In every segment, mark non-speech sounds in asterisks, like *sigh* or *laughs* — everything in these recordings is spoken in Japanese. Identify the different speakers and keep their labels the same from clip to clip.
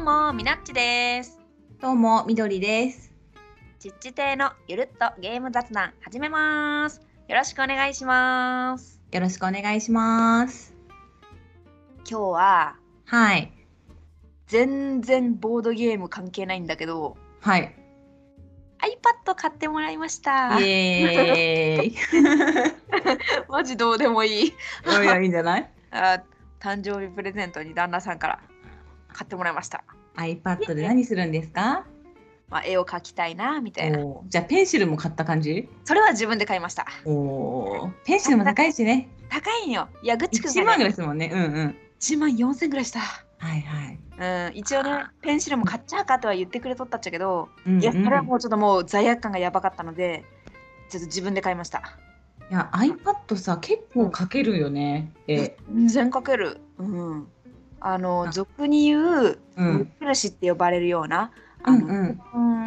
Speaker 1: もみなっちです
Speaker 2: どうも、みどりです。
Speaker 1: ちっち亭のゆるっとゲーム雑談始めますよろしくお願いします
Speaker 2: よろしくお願いします。
Speaker 1: 今日は
Speaker 2: はい。
Speaker 1: 全然ボードゲーム関係ないんだけど
Speaker 2: はい。
Speaker 1: iPad 買ってもらいました
Speaker 2: イエ *laughs* ーイ。い
Speaker 1: マジどうでもいい
Speaker 2: やいや、いいんじゃない
Speaker 1: あ誕生日プレゼントに旦那さんから買ってもらいました、
Speaker 2: ?iPad で何するんですか
Speaker 1: まあ、絵を描きたいなみたいな
Speaker 2: おーじゃあ、ペンシルも買った感じ
Speaker 1: それは自分で買いました
Speaker 2: おーペンシルも高いしね。
Speaker 1: 高いんよいやぐっちくん
Speaker 2: 1
Speaker 1: がね
Speaker 2: 万ぐらいですもんね。うんうん。
Speaker 1: 1万4000ぐらいした
Speaker 2: はいはい。
Speaker 1: うん、一応ね
Speaker 2: あ
Speaker 1: ペンシルも買っちゃうかとは言ってくれとったっちゃけど、
Speaker 2: うんうん
Speaker 1: いやそれはもうちょっともう罪悪感がやばかったのでちょっと自分で買いました
Speaker 2: いや、iPad さ、結構書けるよね。え、
Speaker 1: 全かけるうんあの
Speaker 2: あ
Speaker 1: 俗に言う
Speaker 2: う
Speaker 1: 無
Speaker 2: ん。
Speaker 1: 印って呼ばれるような
Speaker 2: う
Speaker 1: あ
Speaker 2: ん
Speaker 1: の
Speaker 2: うん。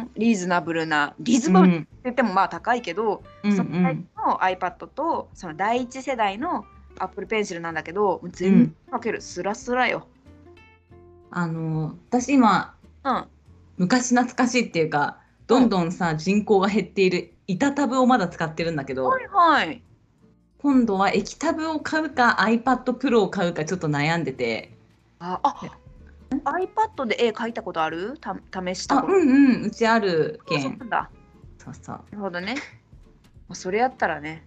Speaker 1: うんリーズナブルなリーズ
Speaker 2: う
Speaker 1: ナブルって
Speaker 2: ん
Speaker 1: 言ってもまあ高いけど、
Speaker 2: うんう
Speaker 1: そのタイ
Speaker 2: ん。
Speaker 1: プの iPad とその第一世代の Apple Pencil なんだけどもう全然かけるスラスラよ
Speaker 2: あの、私今、
Speaker 1: うん
Speaker 2: 昔懐かしいっていうか、どんどんさ、人口が減っている板タブをまだ使ってるんだけど。
Speaker 1: はいはい
Speaker 2: 今度は液タブを買うか iPad Pro を買うかちょっと悩んでて
Speaker 1: ああ iPad で絵描いたことあるた試した
Speaker 2: あ
Speaker 1: こと
Speaker 2: うんうんうちあるけ
Speaker 1: あそうなんだ
Speaker 2: そうそう
Speaker 1: なるほどね。まあそれやったらね、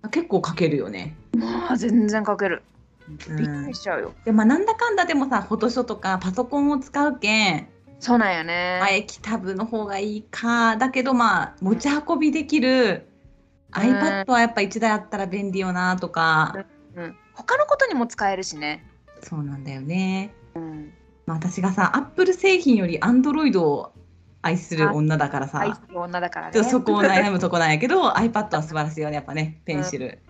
Speaker 2: あ結構書けるよね、
Speaker 1: まあ、全然書ける。
Speaker 2: う
Speaker 1: びっく
Speaker 2: ん
Speaker 1: り、しちゃうよ。
Speaker 2: でまあなんだかんだでもさフォトショーとかパソコンを使うけん、
Speaker 1: そうなんよね。
Speaker 2: まあ、液タブの方がいいかだけどまあ持ち運びできる
Speaker 1: うん
Speaker 2: iPad はやっぱ1台あったら便利よなとか
Speaker 1: うん。他のことにも使えるしね。
Speaker 2: そうなんだよね、
Speaker 1: うん。
Speaker 2: まあ、私がさ Apple 製品より Android を愛する女だからさ
Speaker 1: 愛する女だから
Speaker 2: ちょ
Speaker 1: ね
Speaker 2: っと。そこを悩むとこなんやけど iPad は素晴らしいよねやっぱねペンシル、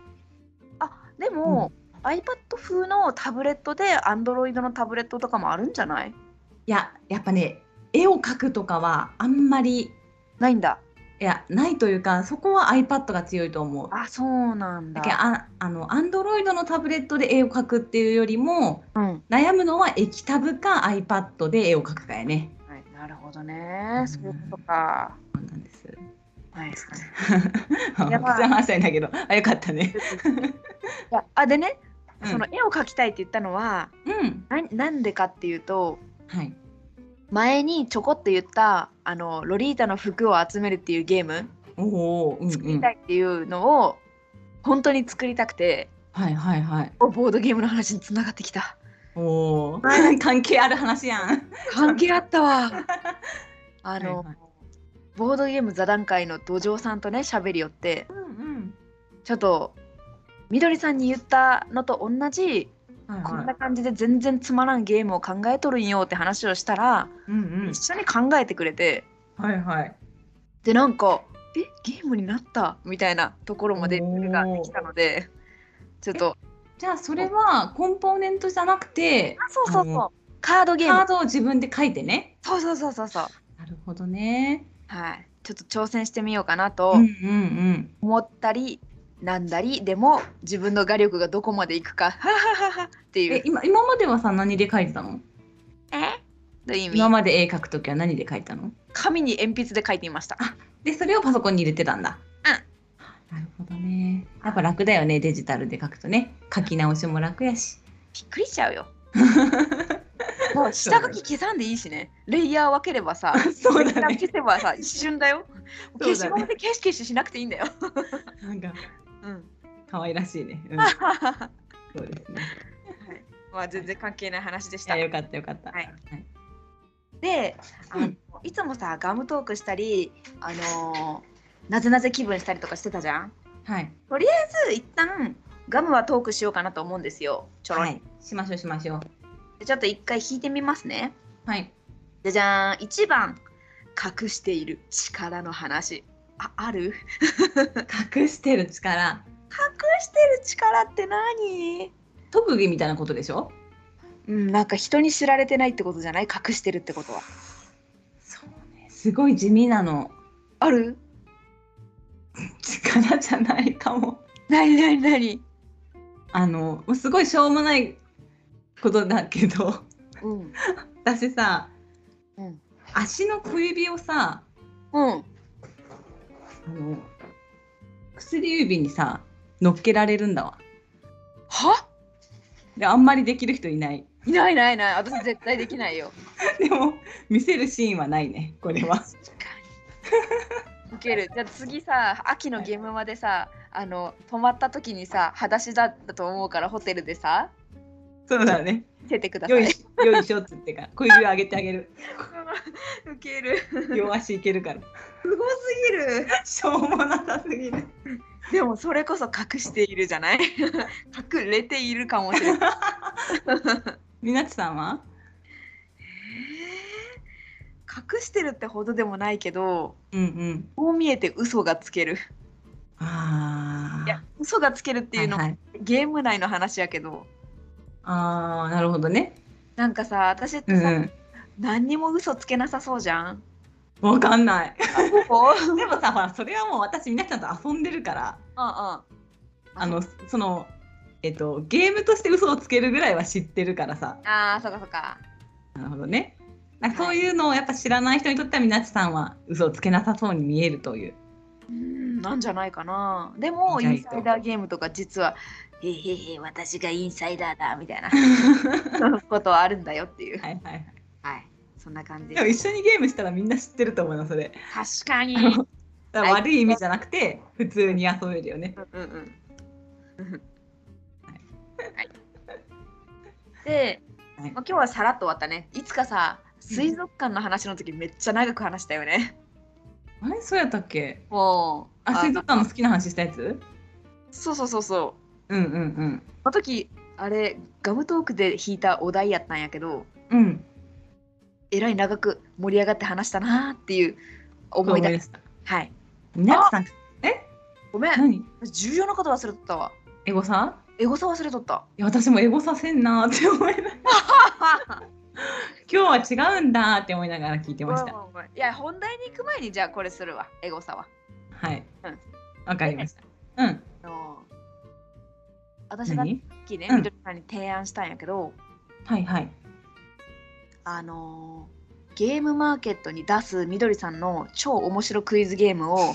Speaker 1: でも、iPad 風のタブレットで Android のタブレットとかもあるんじゃない
Speaker 2: いややっぱね絵を描くとかはあんまりい
Speaker 1: ないんだ。
Speaker 2: やないというかそこは iPad が強いと思う
Speaker 1: あ、そうなん
Speaker 2: だけど
Speaker 1: だ。
Speaker 2: ああの Android のタブレットで絵を描くっていうよりも
Speaker 1: うん。は
Speaker 2: 悩むのは液タブか iPad で絵を描くかやね
Speaker 1: い、なるほど
Speaker 2: う
Speaker 1: ね。
Speaker 2: ん
Speaker 1: そういうことか。
Speaker 2: そうなんです
Speaker 1: はいはい。や
Speaker 2: *laughs*
Speaker 1: ばい
Speaker 2: 口は話したいんだけどあよかったね
Speaker 1: *laughs* いやあ、でね、
Speaker 2: うん
Speaker 1: その絵を描きたいって言ったのは、
Speaker 2: うん
Speaker 1: ななんでかっていうと、
Speaker 2: はい
Speaker 1: 前にちょこっと言ったあのロリータの服を集めるっていうゲーム
Speaker 2: おおうんうん
Speaker 1: たいっていうのを本当に作りたくて
Speaker 2: はいはいはい
Speaker 1: おボードゲームの話に繋がってきた
Speaker 2: おお *laughs* 関係ある話やん
Speaker 1: 関係あった
Speaker 2: *laughs*
Speaker 1: わあの、
Speaker 2: はいはい
Speaker 1: ボードゲーム座談会の土壌さんとね喋りよって
Speaker 2: うんうん
Speaker 1: ちょっとみどりさんに言ったのと同じ
Speaker 2: はい
Speaker 1: こん
Speaker 2: は。
Speaker 1: ない感じで全然つまらんゲームを考えとるんよって話をしたら、
Speaker 2: うんうん
Speaker 1: 一緒に考えてくれて
Speaker 2: はいはい。
Speaker 1: でなんかえゲームになったみたいなところまで
Speaker 2: おー
Speaker 1: ルができたのでちょっと
Speaker 2: じゃあそれはコンポーネントじゃなくて、
Speaker 1: あそうそう
Speaker 2: あの
Speaker 1: そうカードゲ
Speaker 2: カ
Speaker 1: ー
Speaker 2: ー
Speaker 1: ム
Speaker 2: ドを自分で書いてね。
Speaker 1: そうそうそうそうそう
Speaker 2: なるほどね。
Speaker 1: はいちょっと挑戦してみようかな
Speaker 2: う
Speaker 1: と
Speaker 2: んうん
Speaker 1: 思ったり、なんだりでも自分の画力がどこまでいくかははははって
Speaker 2: うん。
Speaker 1: い
Speaker 2: え
Speaker 1: う
Speaker 2: 今今まではさ何で書いてたの？
Speaker 1: えという意
Speaker 2: 今
Speaker 1: 味
Speaker 2: まで絵描くときは何で書いたの？
Speaker 1: 紙に鉛筆で書いていました
Speaker 2: でそれをパソコンに入れてたんだ。なるほどね。やっぱ楽だよねデジタルで書くとね。書き直しも楽やし。
Speaker 1: びっくりしちゃう *laughs* よもう下書き刻んでいいしねレイヤー分ければ *laughs* さ
Speaker 2: *laughs* そうだね
Speaker 1: レイヤー消せばさ一瞬だよ
Speaker 2: そう
Speaker 1: 消し
Speaker 2: だね
Speaker 1: ゴムで消し消ししなくていいんだよ、
Speaker 2: *laughs* なんか
Speaker 1: *laughs* うん
Speaker 2: 可愛らしいね。うん
Speaker 1: は
Speaker 2: そうです
Speaker 1: い
Speaker 2: ね。
Speaker 1: まあ全然関係ない話でし
Speaker 2: い
Speaker 1: た
Speaker 2: や。よかったよかった。
Speaker 1: はい
Speaker 2: はい。
Speaker 1: で、あの
Speaker 2: うん
Speaker 1: いつもさガムトークしたり、あのーなぜなぜ気分したりとかしてたじゃん。
Speaker 2: はい。
Speaker 1: まず一旦ガムはトークしようかなと思うんですよ。ちょろ、
Speaker 2: は
Speaker 1: り
Speaker 2: い。しましょうしましょう。
Speaker 1: でちょっと一回引いてみますね。
Speaker 2: はい。
Speaker 1: じゃじゃーん一番隠している力の話。あある隠
Speaker 2: 隠してる力。
Speaker 1: してる力って何
Speaker 2: 特技みたいなことでしょ
Speaker 1: うん、なんか人に知られてないってことじゃない隠してるってことは。
Speaker 2: そうねすごい地味なの
Speaker 1: ある
Speaker 2: 力じゃないかも
Speaker 1: 何何何
Speaker 2: あのもうすごいしょうもないことだけど
Speaker 1: うん。
Speaker 2: 私さ
Speaker 1: うん
Speaker 2: 足の小指をさ
Speaker 1: うん
Speaker 2: あの薬指にさ乗っけられるんだわ
Speaker 1: は
Speaker 2: であんまりできる人いない
Speaker 1: いないいないいない私絶対できないよ
Speaker 2: でも見せるシーンはないねこれは
Speaker 1: 受けるじゃあ次さ秋のゲームまでさあの泊まった時にさ裸足だったと思うからホテルでさ
Speaker 2: そうだね
Speaker 1: 見せてくださ
Speaker 2: よい
Speaker 1: い
Speaker 2: しょよいしょっつってから小指を上げてあげる
Speaker 1: 受ける
Speaker 2: 両足いけるから
Speaker 1: すごすぎる
Speaker 2: しょうもなさすぎる
Speaker 1: でもそれこそ隠しているじゃない隠れているかもしれない
Speaker 2: みなちさんは
Speaker 1: 隠してるってほどでもないけど
Speaker 2: うんうん
Speaker 1: こう見えて嘘がつける
Speaker 2: あ
Speaker 1: いや嘘がつけるっていうのも、
Speaker 2: はいはい
Speaker 1: ゲーム内の話やけど
Speaker 2: あーなるほどね
Speaker 1: なんかさ私って
Speaker 2: うん
Speaker 1: さ、
Speaker 2: うん
Speaker 1: 何にも嘘つけなさそうじゃん
Speaker 2: わかんない
Speaker 1: こう
Speaker 2: でもさほらそれはもう私みなちゃんと遊んでるから
Speaker 1: あ
Speaker 2: あのそのえっとゲームとして嘘をつけるぐらいは知ってるからさ
Speaker 1: あーそっかそっか
Speaker 2: なるほどねなんかそういうのをやっぱ知らない人にとってはみなちさんは嘘をつけなさそうに見えるという
Speaker 1: うんなんじゃないかなでも
Speaker 2: 意
Speaker 1: イ
Speaker 2: 外と
Speaker 1: ンサイダーゲームとか実は「へいへいへい私がインサイダーだ」みたい *laughs* なことはあるんだよっていう
Speaker 2: はいはいはい
Speaker 1: はいそんな感じ
Speaker 2: でも一緒にゲームしたらみんな知ってると思うなそれ
Speaker 1: 確かに
Speaker 2: *laughs* あのだから悪い意味じゃなくて普通に遊べるよね
Speaker 1: うんうんうん。はい。で、
Speaker 2: はい
Speaker 1: まあ、今日はさらっと終わったね。いつかさ、水族館の話の時めっちゃ長く話したよね。
Speaker 2: あれそうやったっけ
Speaker 1: もう。
Speaker 2: あ水族館の好きな話したやつ
Speaker 1: そうそうそうそ
Speaker 2: うんうん
Speaker 1: う。あの時、あれ、ガムトークで引いたお題やったんやけど、
Speaker 2: うんうん
Speaker 1: えらい長く盛り上がって話したなーっていう思い出。
Speaker 2: した
Speaker 1: はい。
Speaker 2: みなちさん
Speaker 1: ごめん、
Speaker 2: 何
Speaker 1: 重要なこと忘れとったわ。
Speaker 2: エゴサ
Speaker 1: エゴサ忘れと
Speaker 2: *laughs*
Speaker 1: った。
Speaker 2: いや私もエゴサせんなーって思いながら *laughs* 今日は違うんだーって思いながら聞いてました
Speaker 1: ごめんごめんいや、本題に行く前にじゃあこれするわ、エゴサは。
Speaker 2: はい
Speaker 1: うん
Speaker 2: わかりましたうん
Speaker 1: の私がさ
Speaker 2: 何
Speaker 1: っきね、
Speaker 2: うん
Speaker 1: みどりさんに提案したんやけど、
Speaker 2: はいはい
Speaker 1: あのーゲームマーケットに出すみどりさんの超面白クイズゲーム *laughs* を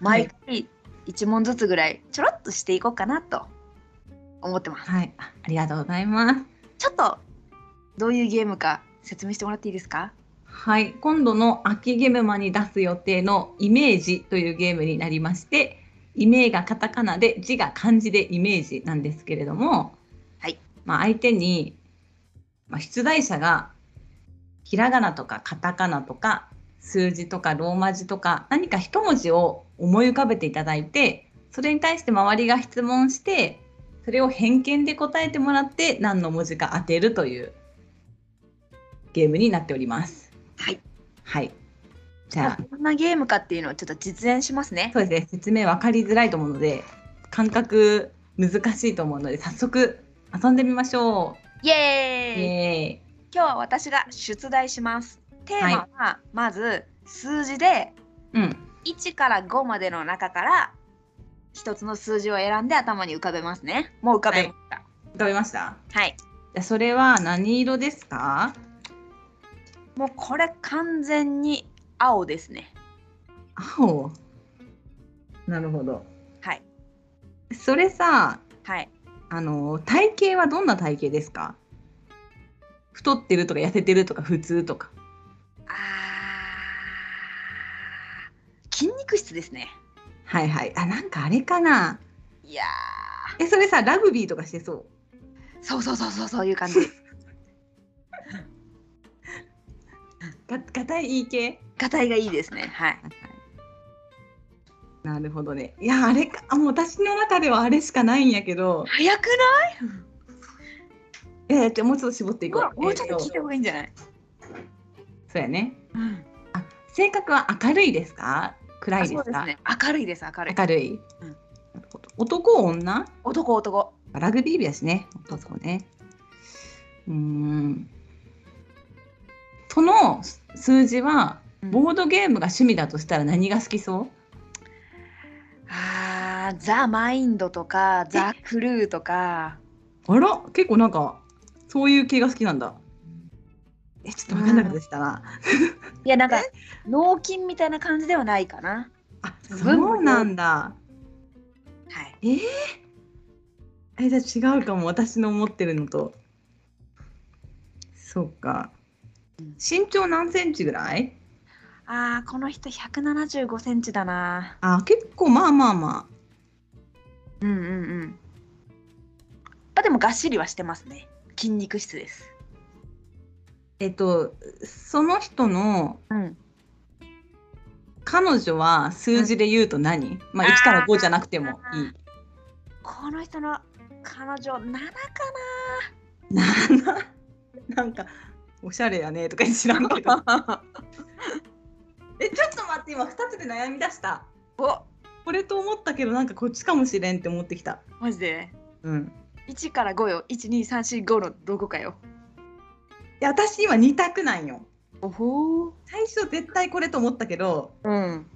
Speaker 1: 毎回1問ずつぐらいちょろっとしていこうかなと思ってます。
Speaker 2: はいあありがとうございます
Speaker 1: ちょっとどういうゲームか説明してもらっていいですか
Speaker 2: はい、今度の秋ゲームマに出す予定の「イメージ」というゲームになりまして「イメー」がカタカナで「字」が漢字で「イメージ」なんですけれども、
Speaker 1: はい
Speaker 2: まあ、相手に、まあ、出題者がひらがなとかカタカナとか数字とかローマ字とか何か一文字を思い浮かべていただいてそれに対して周りが質問してそれを偏見で答えてもらって何の文字か当てるというゲームになっております。
Speaker 1: はい。
Speaker 2: はい。じゃあ、
Speaker 1: どんなゲームかっていうのをちょっと実演しますね。
Speaker 2: そうですね、説明分かりづらいと思うので、感覚難しいと思うので、早速遊んでみましょ
Speaker 1: イエ
Speaker 2: う。
Speaker 1: ーイ
Speaker 2: え
Speaker 1: 今日は私が出題します。テーマは、まず数字で
Speaker 2: ーイうん。
Speaker 1: 1から5までの中から一つの数字を選んで頭に浮かべますね。もう浮かべました。
Speaker 2: 浮かべました
Speaker 1: はい。
Speaker 2: じゃあそれは何色ですか
Speaker 1: もうこれ完全に青ですね。
Speaker 2: 青。なるほど。
Speaker 1: はい。
Speaker 2: それさ、
Speaker 1: はい。
Speaker 2: あの、体型はどんな体型ですか太ってるとか痩せてるとか普通とか。
Speaker 1: あー筋肉質ですね。
Speaker 2: はいはい。あ、なんかあれかな。
Speaker 1: いや
Speaker 2: え、それさ、ラグビーとかしてそう。
Speaker 1: ーそうそうそうそうそういう *laughs* 感じ。
Speaker 2: が、がたいいい系
Speaker 1: 硬いがいいですね。はい。
Speaker 2: なるほどね。いやあれかあもう私の中ではあれしかないんやけど、
Speaker 1: 早く
Speaker 2: えー、じゃあもうちょっと絞っていこ
Speaker 1: な
Speaker 2: う。
Speaker 1: いもうちょっと
Speaker 2: えー
Speaker 1: 聞いた方がいいんじゃない、
Speaker 2: そうやね。
Speaker 1: うん、
Speaker 2: 性格は明るいですか？暗い
Speaker 1: あ
Speaker 2: です
Speaker 1: そ
Speaker 2: か？
Speaker 1: うですね。明るいです、明るい。
Speaker 2: 明るい。
Speaker 1: うん
Speaker 2: 男女？
Speaker 1: 男、男。
Speaker 2: ラグビー部やしね。男ね。うーん。その数字は
Speaker 1: うん
Speaker 2: ボードゲームが趣味だとしたら何が好きそう？
Speaker 1: あーザ・マインドとか、ザ・クルーとか。
Speaker 2: あら結構なんかそういう系が好きなんだ。えちょっと分かんなくでしたな、
Speaker 1: いやなんか脳筋みたいな感じではないかな。
Speaker 2: あそうなんだ
Speaker 1: はい。
Speaker 2: えー、えじゃあ違うかも私の思ってるのとそうか
Speaker 1: うん
Speaker 2: 身長何センチぐらい
Speaker 1: ああこの人175センチだな。
Speaker 2: あ結構まあまあまあ
Speaker 1: うんうんうん。まあでもがっしりはしてますね。筋肉質です。
Speaker 2: えっとその人の
Speaker 1: うん。
Speaker 2: 彼女は数字で言うと何、まあ1から5じゃなくてもいい
Speaker 1: この人の彼女7かな。
Speaker 2: なな *laughs* なんかおしゃれやねとか知らん *laughs* けどえちょっと待って今2つで悩み出した
Speaker 1: お
Speaker 2: これと思ったけどなんかこっちかもしれんって思ってきた
Speaker 1: マジで
Speaker 2: うん
Speaker 1: 1から5よ。12345のどこかよ。
Speaker 2: いや私今2択なんよ
Speaker 1: おほー。
Speaker 2: 最初絶対これと思ったけど
Speaker 1: うん。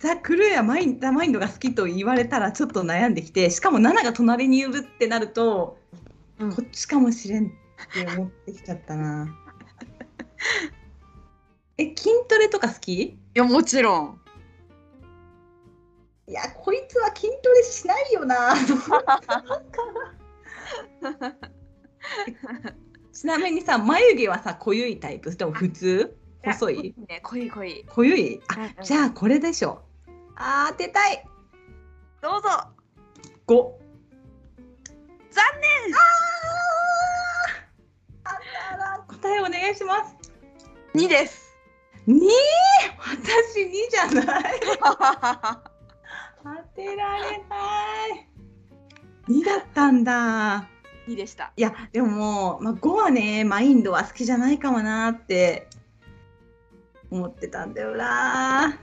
Speaker 2: ザ・クルーやマインザ・マインドが好きと言われたらちょっと悩んできてしかも7が隣にいるってなると、
Speaker 1: うん
Speaker 2: こっちかもしれんって思ってきちゃったなえ筋トレとか好き
Speaker 1: いやもちろん。
Speaker 2: いやこいつは筋トレしないよ *laughs* なちなみにさ眉毛はさ濃ゆいタイプでも普通細い
Speaker 1: ね濃い濃い。
Speaker 2: 濃ゆいあ
Speaker 1: うんうん
Speaker 2: じゃあこれでしょあー当てたい
Speaker 1: どうぞ。
Speaker 2: 5残
Speaker 1: 念
Speaker 2: あーあらあら答えお願いします
Speaker 1: 2です。 *laughs*
Speaker 2: 2私2じゃない当てられない2だったんだ
Speaker 1: 2でした。
Speaker 2: いやでももう、まあ、5はねマインドは好きじゃないかもなーって思ってたんだよな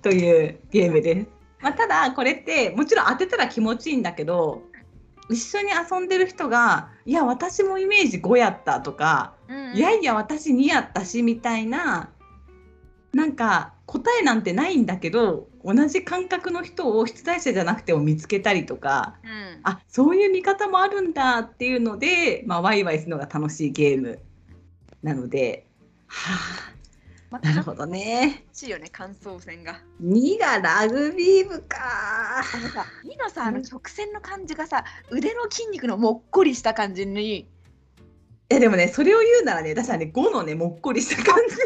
Speaker 2: ーというゲームです。まあ、ただこれってもちろん当てたら気持ちいいんだけど一緒に遊んでる人が「いや私もイメージ5やった」とか「いやいや私2やったし」みたいななんか答えなんてないんだけど同じ感覚の人を出題者じゃなくても見つけたりとか
Speaker 1: うん
Speaker 2: あそういう見方もあるんだっていうので、まあ、ワイワイするのが楽しいゲームなのでは
Speaker 1: ま
Speaker 2: あなる
Speaker 1: あ、
Speaker 2: ほどね
Speaker 1: しいよね、感想戦が。
Speaker 2: 2がラグビー部か
Speaker 1: あのさ、2のさ、あの
Speaker 2: うん
Speaker 1: 直線の感じがさ、腕の筋肉のもっこりした感じに、
Speaker 2: えでもねそれを言うならね私はね5のねもっこりした感 *laughs* じ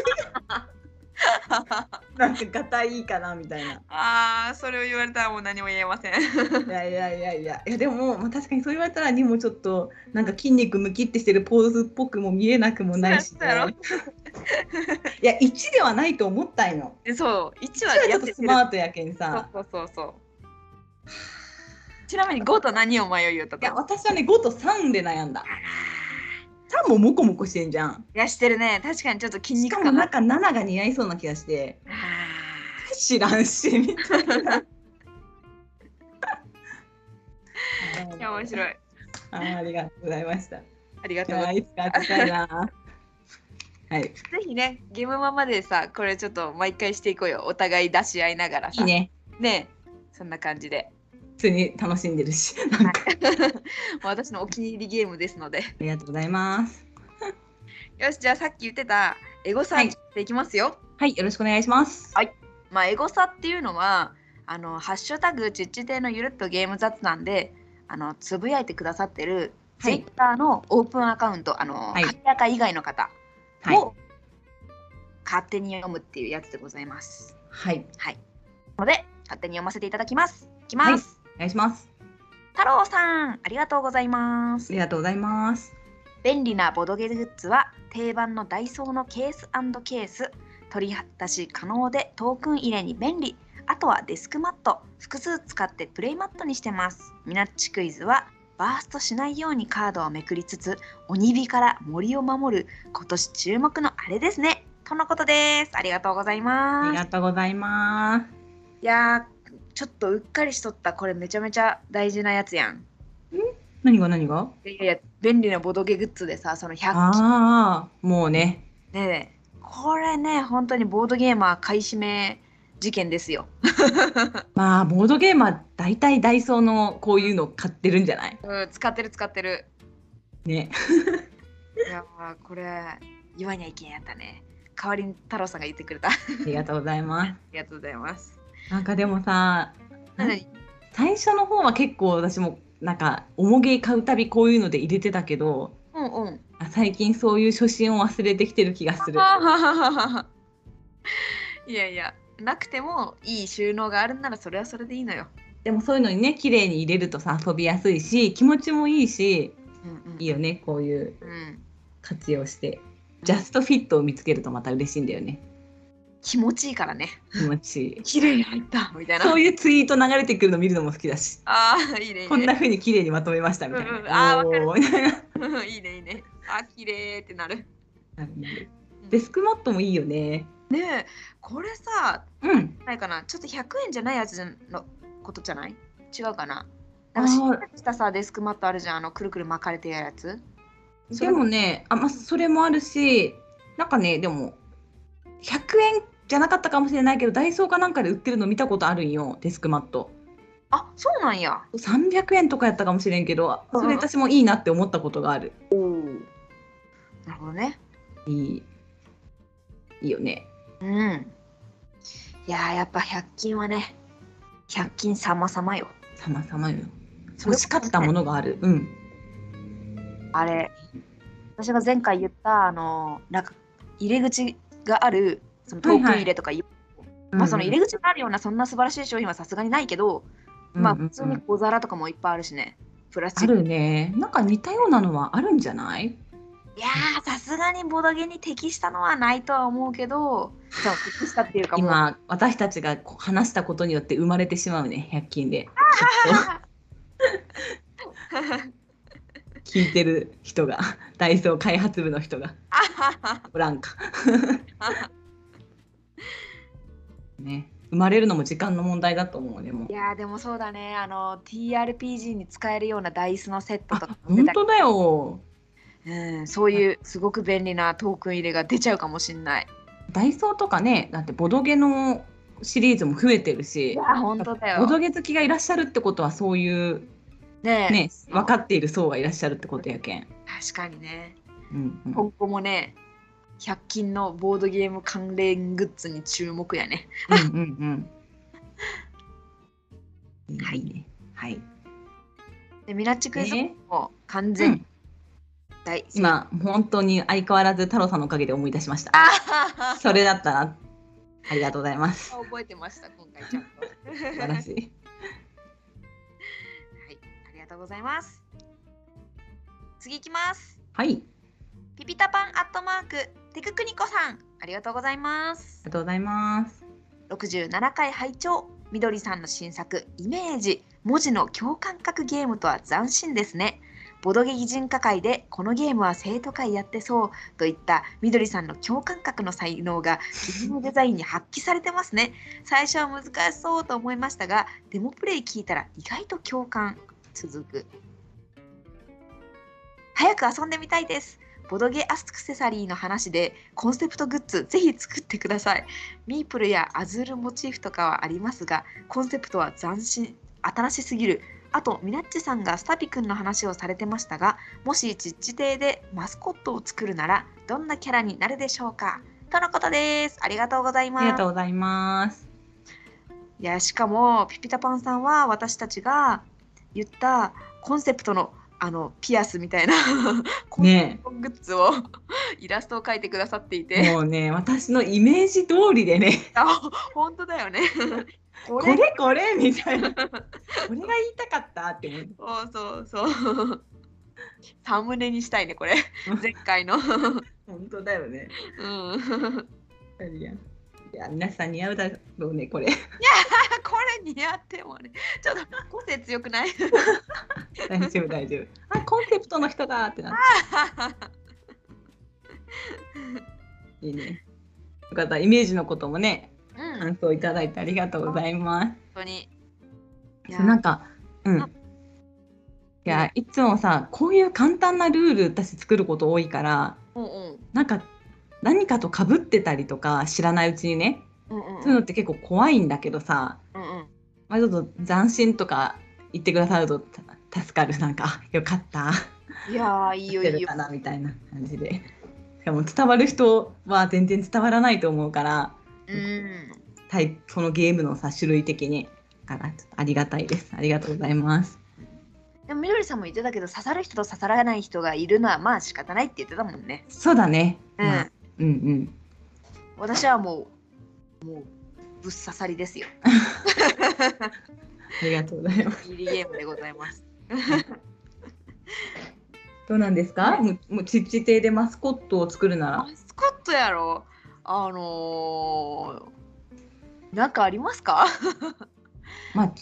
Speaker 2: なんかガタいいかなみたいな
Speaker 1: ああ、それを言われたらもう何も言えません。
Speaker 2: いやいやいやいやいやでも、まあ、確かにそう言われたら2もちょっとなんか筋肉ムキってしてるポーズっぽくも見えなくもないし、
Speaker 1: そうやろ
Speaker 2: いや1ではないと思ったんよ
Speaker 1: そう、1
Speaker 2: 1
Speaker 1: は
Speaker 2: はちょ
Speaker 1: や
Speaker 2: っと
Speaker 1: て
Speaker 2: ス
Speaker 1: る
Speaker 2: マートやけんさ
Speaker 1: そうそうそうそう。ちなみに5と何を迷いよと
Speaker 2: いや
Speaker 1: か。
Speaker 2: 私はね5と3で悩んだ3もモコモコしてんじゃん
Speaker 1: いや、してるね。確かにちょっと筋
Speaker 2: し
Speaker 1: 肉
Speaker 2: かも
Speaker 1: 感
Speaker 2: な
Speaker 1: *laughs* が
Speaker 2: んか7が似合いそうな気がして
Speaker 1: あ
Speaker 2: 知らんしみた *laughs* いな
Speaker 1: ーいや、面白い。
Speaker 2: あーありがとうございましたい
Speaker 1: ありがとうございます
Speaker 2: やいつか当てたいなはい
Speaker 1: ぜひね、ゲームマまでさ、これちょっと毎回していこうよ。お互い出し合いながら
Speaker 2: い
Speaker 1: さ。
Speaker 2: いね
Speaker 1: ねそんな感じで。
Speaker 2: 普通に楽しんでるし
Speaker 1: *laughs*
Speaker 2: なんか
Speaker 1: 私のお気に入りゲームですので。
Speaker 2: ありがとうございます
Speaker 1: よし、じゃあさっき言ってたエゴサ
Speaker 2: はい
Speaker 1: していきますよ。
Speaker 2: はいよろしくお願いします
Speaker 1: はいまあ、エゴサっていうのは、あの、ハッシュタグちっちてのゆるっとゲーム雑談で、あの、つぶやいてくださってる、
Speaker 2: は
Speaker 1: ツイ
Speaker 2: い
Speaker 1: ッターのオープンアカウント、あの、
Speaker 2: はい
Speaker 1: カタカ以外の方
Speaker 2: はい
Speaker 1: を勝手に読むっていうやつでございます。
Speaker 2: はい
Speaker 1: 勝手に読ませていただきます。いきます。
Speaker 2: お願いします
Speaker 1: 太郎さん、ありがとうございま
Speaker 2: あ
Speaker 1: す。
Speaker 2: りがとうございます
Speaker 1: 便利なボドゲグッズは定番のダイソーのケースケース、取り出し可能でトークン入れに便利。あとはデスクマット、複数使ってプレイマットにしてます。ミナッチクイズはバーストしないようにカードをめくりつつ、鬼火から森を守る今年注目のあれですね。とのことです。ありがとうござい
Speaker 2: あ
Speaker 1: ま
Speaker 2: り
Speaker 1: す。
Speaker 2: がとうございます
Speaker 1: いやー、ちょっとうっかりしとった。これめちゃめちゃ大事なやつやん。
Speaker 2: 何が何が
Speaker 1: いやいや便利なボドゲグッズでさその100均
Speaker 2: ああもうね
Speaker 1: ねこれね本当にボードゲーマー買い占め事件ですよ。
Speaker 2: まあボードゲーマー大体ダイソーのこういうの買ってるんじゃない
Speaker 1: うん、使ってる使ってる。
Speaker 2: ね
Speaker 1: いやーこれ言わにゃいけんやったね代わりに太郎さんが言ってくれた *laughs* あ
Speaker 2: ありがとうございま
Speaker 1: りがとうございます
Speaker 2: す。なんかでもさ、
Speaker 1: なのに
Speaker 2: 最初の方は結構私もなんか重げ買うたびこういうので入れてたけど、
Speaker 1: うんうん
Speaker 2: あ最近そういう初心を忘れてきてる気がする。
Speaker 1: あはははは *laughs* はいやいやなくてもいい収納があるんならそれはそれでいいのよ、
Speaker 2: でもそういうのにね綺麗に入れるとさ遊びやすいし気持ちもいいし
Speaker 1: うんうん、
Speaker 2: いいよねこういう
Speaker 1: うん、
Speaker 2: 活用してジャストフィットを見つけるとまた嬉しいんだよね
Speaker 1: 気持ちいいからね
Speaker 2: 気持ちい
Speaker 1: *laughs*
Speaker 2: い
Speaker 1: 綺麗に入ったみたいな
Speaker 2: そういうツイート流れてくるの見るのも好きだし
Speaker 1: ああいいねいいね
Speaker 2: *laughs* こんな風に綺麗にまとめましたみたいな、
Speaker 1: うんうんあーわかる
Speaker 2: おーみ *laughs* たいな
Speaker 1: うん *laughs* いいねいいねあ綺麗ってなる
Speaker 2: デスクマットもいいよね
Speaker 1: ねえこれさ
Speaker 2: うん
Speaker 1: ないかなちょっと100円じゃないやつのことじゃない違うかな
Speaker 2: あ
Speaker 1: なんかしっ
Speaker 2: ー
Speaker 1: かりしたさデスクマットあるじゃんあのくるくる巻かれてるやつそ
Speaker 2: で
Speaker 1: れ
Speaker 2: もねあ、まあ、それもあるしなんかねでも100円じゃなかったかもしれないけどダイソーかなんかで売ってるの見たことあるんよデスクマット
Speaker 1: あそうなんや
Speaker 2: 300円とかやったかもしれんけどそ
Speaker 1: うんう
Speaker 2: れ
Speaker 1: ん
Speaker 2: 私もいいなって思ったことがある
Speaker 1: なるほどね
Speaker 2: いいよね
Speaker 1: うんいやーやっぱ100均はね100均様様よ
Speaker 2: 様々よ欲しかったものがあるうん
Speaker 1: あれ私が前回言ったあのなんか入り口があるそのトークン入れとかいう、まあ、その入り口があるようなそんな素晴らしい商品はさすがにないけど、まあ普通
Speaker 2: うんう
Speaker 1: に
Speaker 2: ん
Speaker 1: 小皿とかもいっぱいあるしねプラスチ
Speaker 2: あ
Speaker 1: ック
Speaker 2: るねなんか似たようなのはあるんじゃない
Speaker 1: いやーさすがにボドゲに適したのはないとは思うけどそう適したっていうかもう
Speaker 2: 今私たちがこう話したことによって生まれてしまうね100均できっと聞いてる
Speaker 1: *laughs*
Speaker 2: 人がダイソー開発部の人がお
Speaker 1: *laughs*
Speaker 2: らんかね生まれるのも時間の問題だと思うでも
Speaker 1: *laughs* いやーでもそうだねあの TRPG に使えるようなダイスのセットと
Speaker 2: あ
Speaker 1: かも出
Speaker 2: 本
Speaker 1: た
Speaker 2: 当だよ
Speaker 1: うん、そういうすごく便利なトークン入れが出ちゃうかもしんない
Speaker 2: ダイソーとかねだってボドゲのシリーズも増えてる
Speaker 1: い
Speaker 2: し
Speaker 1: やー本当だ
Speaker 2: ボド
Speaker 1: よ
Speaker 2: ゲ好きがいらっしゃるってことはそういう
Speaker 1: ねえ
Speaker 2: ね分かっている層がいらっしゃるってことやけん、
Speaker 1: 確かにね
Speaker 2: うんうん
Speaker 1: 今後もね100均のボードゲーム関連グッズに注目やね
Speaker 2: うんうんうん。
Speaker 1: はい
Speaker 2: いね。はい。
Speaker 1: でミラッチクイズ
Speaker 2: ね
Speaker 1: も完
Speaker 2: う
Speaker 1: 全
Speaker 2: ん、
Speaker 1: 大、
Speaker 2: 今本当に相変わらず太郎さんのおかげで思い出しました。
Speaker 1: あはは
Speaker 2: それだったらありがとうございま
Speaker 1: *laughs*
Speaker 2: す。
Speaker 1: 覚えてました今回ちゃんと
Speaker 2: 素晴らしい。
Speaker 1: はい、ありがとうございます。次いきます。
Speaker 2: はい。あり
Speaker 1: ピピタパンアットマークテククニコさん、ありがとうございます。
Speaker 2: がとうございます。
Speaker 1: 67回拝聴。みどりさんの新作イメージ文字の共感覚ゲームとは斬新ですね。ボドゲ擬人化会でこのゲームは生徒会やってそうといったみどりさんの共感覚の才能がゲームデザインに発揮されてますね。最初は難しそうと思いましたがデモプレイ聞いたら意外と共感続く早く遊んでみたいですボドゲアクセサリーの話でコンセプトグッズぜひ作ってくださいミープルやアズールモチーフとかはありますがコンセプトは斬新新しすぎるあとミナッチさんがスタピ君の話をされてましたがもし実地亭でマスコットを作るならどんなキャラになるでしょうかとのことですありがとうござい
Speaker 2: あ
Speaker 1: ます
Speaker 2: りがとうございます。
Speaker 1: いやしかもピピタパンさんは私たちが言ったコンセプトのあのピアスみたいなコンセ
Speaker 2: ね
Speaker 1: プトグッズを *laughs* イラストを描いてくださってい
Speaker 2: え。
Speaker 1: て
Speaker 2: もうね私のイメージ通りでね
Speaker 1: あ本当だよねこ
Speaker 2: こ
Speaker 1: れ
Speaker 2: れこれみ
Speaker 1: *laughs*
Speaker 2: たいなこれが言いたかったって思う
Speaker 1: そうそうそうサムネにしたいねこれ前回 *laughs* の
Speaker 2: 本当だよね
Speaker 1: うんあ
Speaker 2: いやいや皆さん似合うだろうねこれ
Speaker 1: これ似合ってもねちょっと個性強くない *laughs*
Speaker 2: 大丈夫大丈夫あコンセプトの人だってなっていいね。よかった、イメージのこともね、
Speaker 1: うん本
Speaker 2: 感想いただいてありがとうございま
Speaker 1: 当にい
Speaker 2: す。
Speaker 1: や
Speaker 2: なんか、うん。い
Speaker 1: あ
Speaker 2: や、いつもさ、こういう簡単なルール私作ること多いから、
Speaker 1: うんうん
Speaker 2: なんか、何かとかぶってたりとか知らないうちにね、
Speaker 1: うんうん
Speaker 2: そういうのって結構怖いんだけどさ、
Speaker 1: うんうん
Speaker 2: まあ、ちょっと斬新とか言ってくださるとた助かる、なんか、あよかった。
Speaker 1: いやーいい
Speaker 2: や
Speaker 1: よ
Speaker 2: っ
Speaker 1: いい
Speaker 2: てる
Speaker 1: よ
Speaker 2: か。なみたいな感じで。でも伝わる人は全然伝わらないと思うから、
Speaker 1: うん。
Speaker 2: タイプそのゲームのさ種類的に。だからちょっとありがたいです。ありがとうございます。
Speaker 1: でもみどりさんも言ってたけど刺さる人と刺さらない人がいるのはまあ仕方ないって言ってたもんね。
Speaker 2: そうだね。
Speaker 1: うん。
Speaker 2: まあうんうん。
Speaker 1: 私はもうもうぶっ刺さりですよ。
Speaker 2: ありがとうございます。
Speaker 1: ギリゲームでございます。
Speaker 2: どうなんですか？もうもうちっち亭でマスコットを作るなら
Speaker 1: *laughs* マ。スコットやろあのー、なんかありますか
Speaker 2: まあ、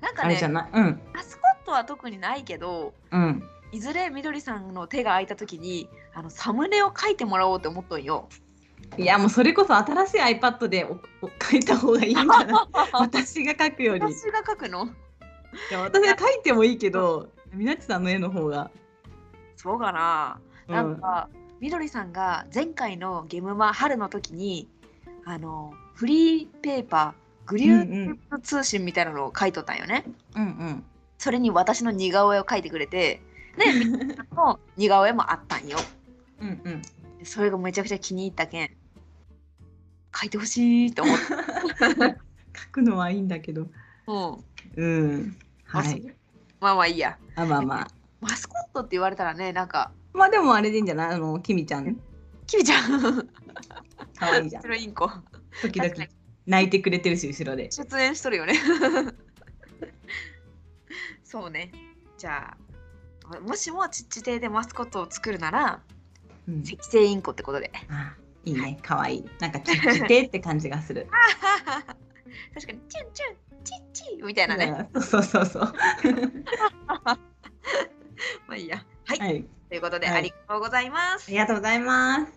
Speaker 1: なんか
Speaker 2: あれ
Speaker 1: ね
Speaker 2: じゃない。うん
Speaker 1: マスコットは特にないけど
Speaker 2: うん。
Speaker 1: いずれみどりさんの手が空いた時にあのサムネを書いてもらおうって思っとんよ。
Speaker 2: いやもうそれこそ新しい iPad でおお書いた方がいいか *laughs* な私が書くより
Speaker 1: 私が書くの
Speaker 2: いや私が書いてもいいけどみなちさんの絵の方が、
Speaker 1: そうかな
Speaker 2: うん
Speaker 1: なんか、みどりさんが前回のゲムマ春の時にあのフリーペーパーグリュープ通信みたいなのを書いとったんよね。
Speaker 2: うん
Speaker 1: それに私の似顔絵を書いてくれて、で、
Speaker 2: *laughs*
Speaker 1: みどりさんの似顔絵もあったんよ。
Speaker 2: うんうんうん
Speaker 1: それがめちゃくちゃ気に入ったけん、書いてほしいと
Speaker 2: *laughs*
Speaker 1: 思って。
Speaker 2: 書くのはいいんだけど
Speaker 1: うん
Speaker 2: うんはい
Speaker 1: まあまあいいや。
Speaker 2: あまあまあ
Speaker 1: マスコットって言われたらね、なんか、
Speaker 2: まあでもあれでいいんじゃないあのきみちゃん
Speaker 1: キミちゃん、
Speaker 2: かわい *laughs* いじゃん
Speaker 1: 白インコ、
Speaker 2: 時々
Speaker 1: 確かに
Speaker 2: 泣いてくれてるし後ろで
Speaker 1: 出演しとるよね。 *laughs* そうね。じゃあ、もしもちっち亭でマスコットを作るなら、
Speaker 2: うん
Speaker 1: 赤星インコってことで。 *laughs*
Speaker 2: あいいねかわいいなんかちっちてって感じがす *laughs* る
Speaker 1: 確かに、チュンチュン、チッチーみたいなね。
Speaker 2: うんそうそうそうそう
Speaker 1: まあいいや。はい。
Speaker 2: はい
Speaker 1: ということで、
Speaker 2: はい
Speaker 1: ありがとうございま
Speaker 2: あ
Speaker 1: す
Speaker 2: り。がとうございます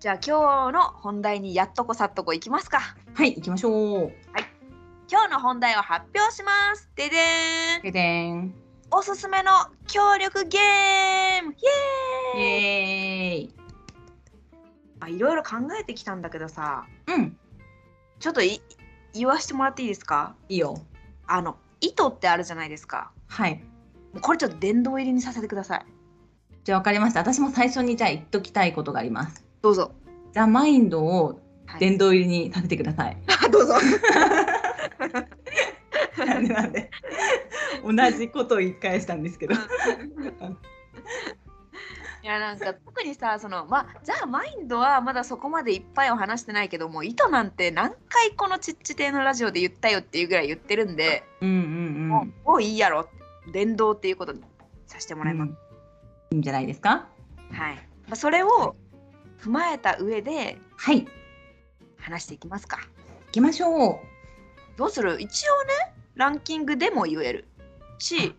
Speaker 1: じゃあ、今日の本題にやっとこさっとこいきますか。
Speaker 2: はい行きましょう
Speaker 1: 今日の本題を発表します。ででーん。
Speaker 2: ででん
Speaker 1: おすすめの協力ゲームイエー
Speaker 2: イ
Speaker 1: イ
Speaker 2: エーイ
Speaker 1: あいろいろ考えてきたんだけどさ
Speaker 2: うん
Speaker 1: ちょっとい言わしてもらっていいですか
Speaker 2: いいよ
Speaker 1: あの糸ってあるじゃないですか
Speaker 2: はい
Speaker 1: これちょっと殿堂入りにさせてください
Speaker 2: じゃあ分かりました私も最初にじゃあ言っときたいことがあります
Speaker 1: どうぞ、
Speaker 2: ザ・マインドを
Speaker 1: はい
Speaker 2: 殿堂入りにさせてくだ *laughs* さい、
Speaker 1: *laughs* どうぞ
Speaker 2: なんでなんで同じことを言い返したんですけど
Speaker 1: いやなんか特にさそのまあじゃあマインドはまだそこまでいっぱいは話してないけども糸なんて何回このちっち亭のラジオで言ったよっていうぐらい言ってるんで、
Speaker 2: うんうん
Speaker 1: もうもういいやろ殿堂っていうことにさせてもらいます、
Speaker 2: うんいいんじゃないですか
Speaker 1: はい、まあそれを踏まえた上で
Speaker 2: はい行
Speaker 1: 話していきますか。
Speaker 2: きましょう
Speaker 1: どうする一応ねランキングでも言えるし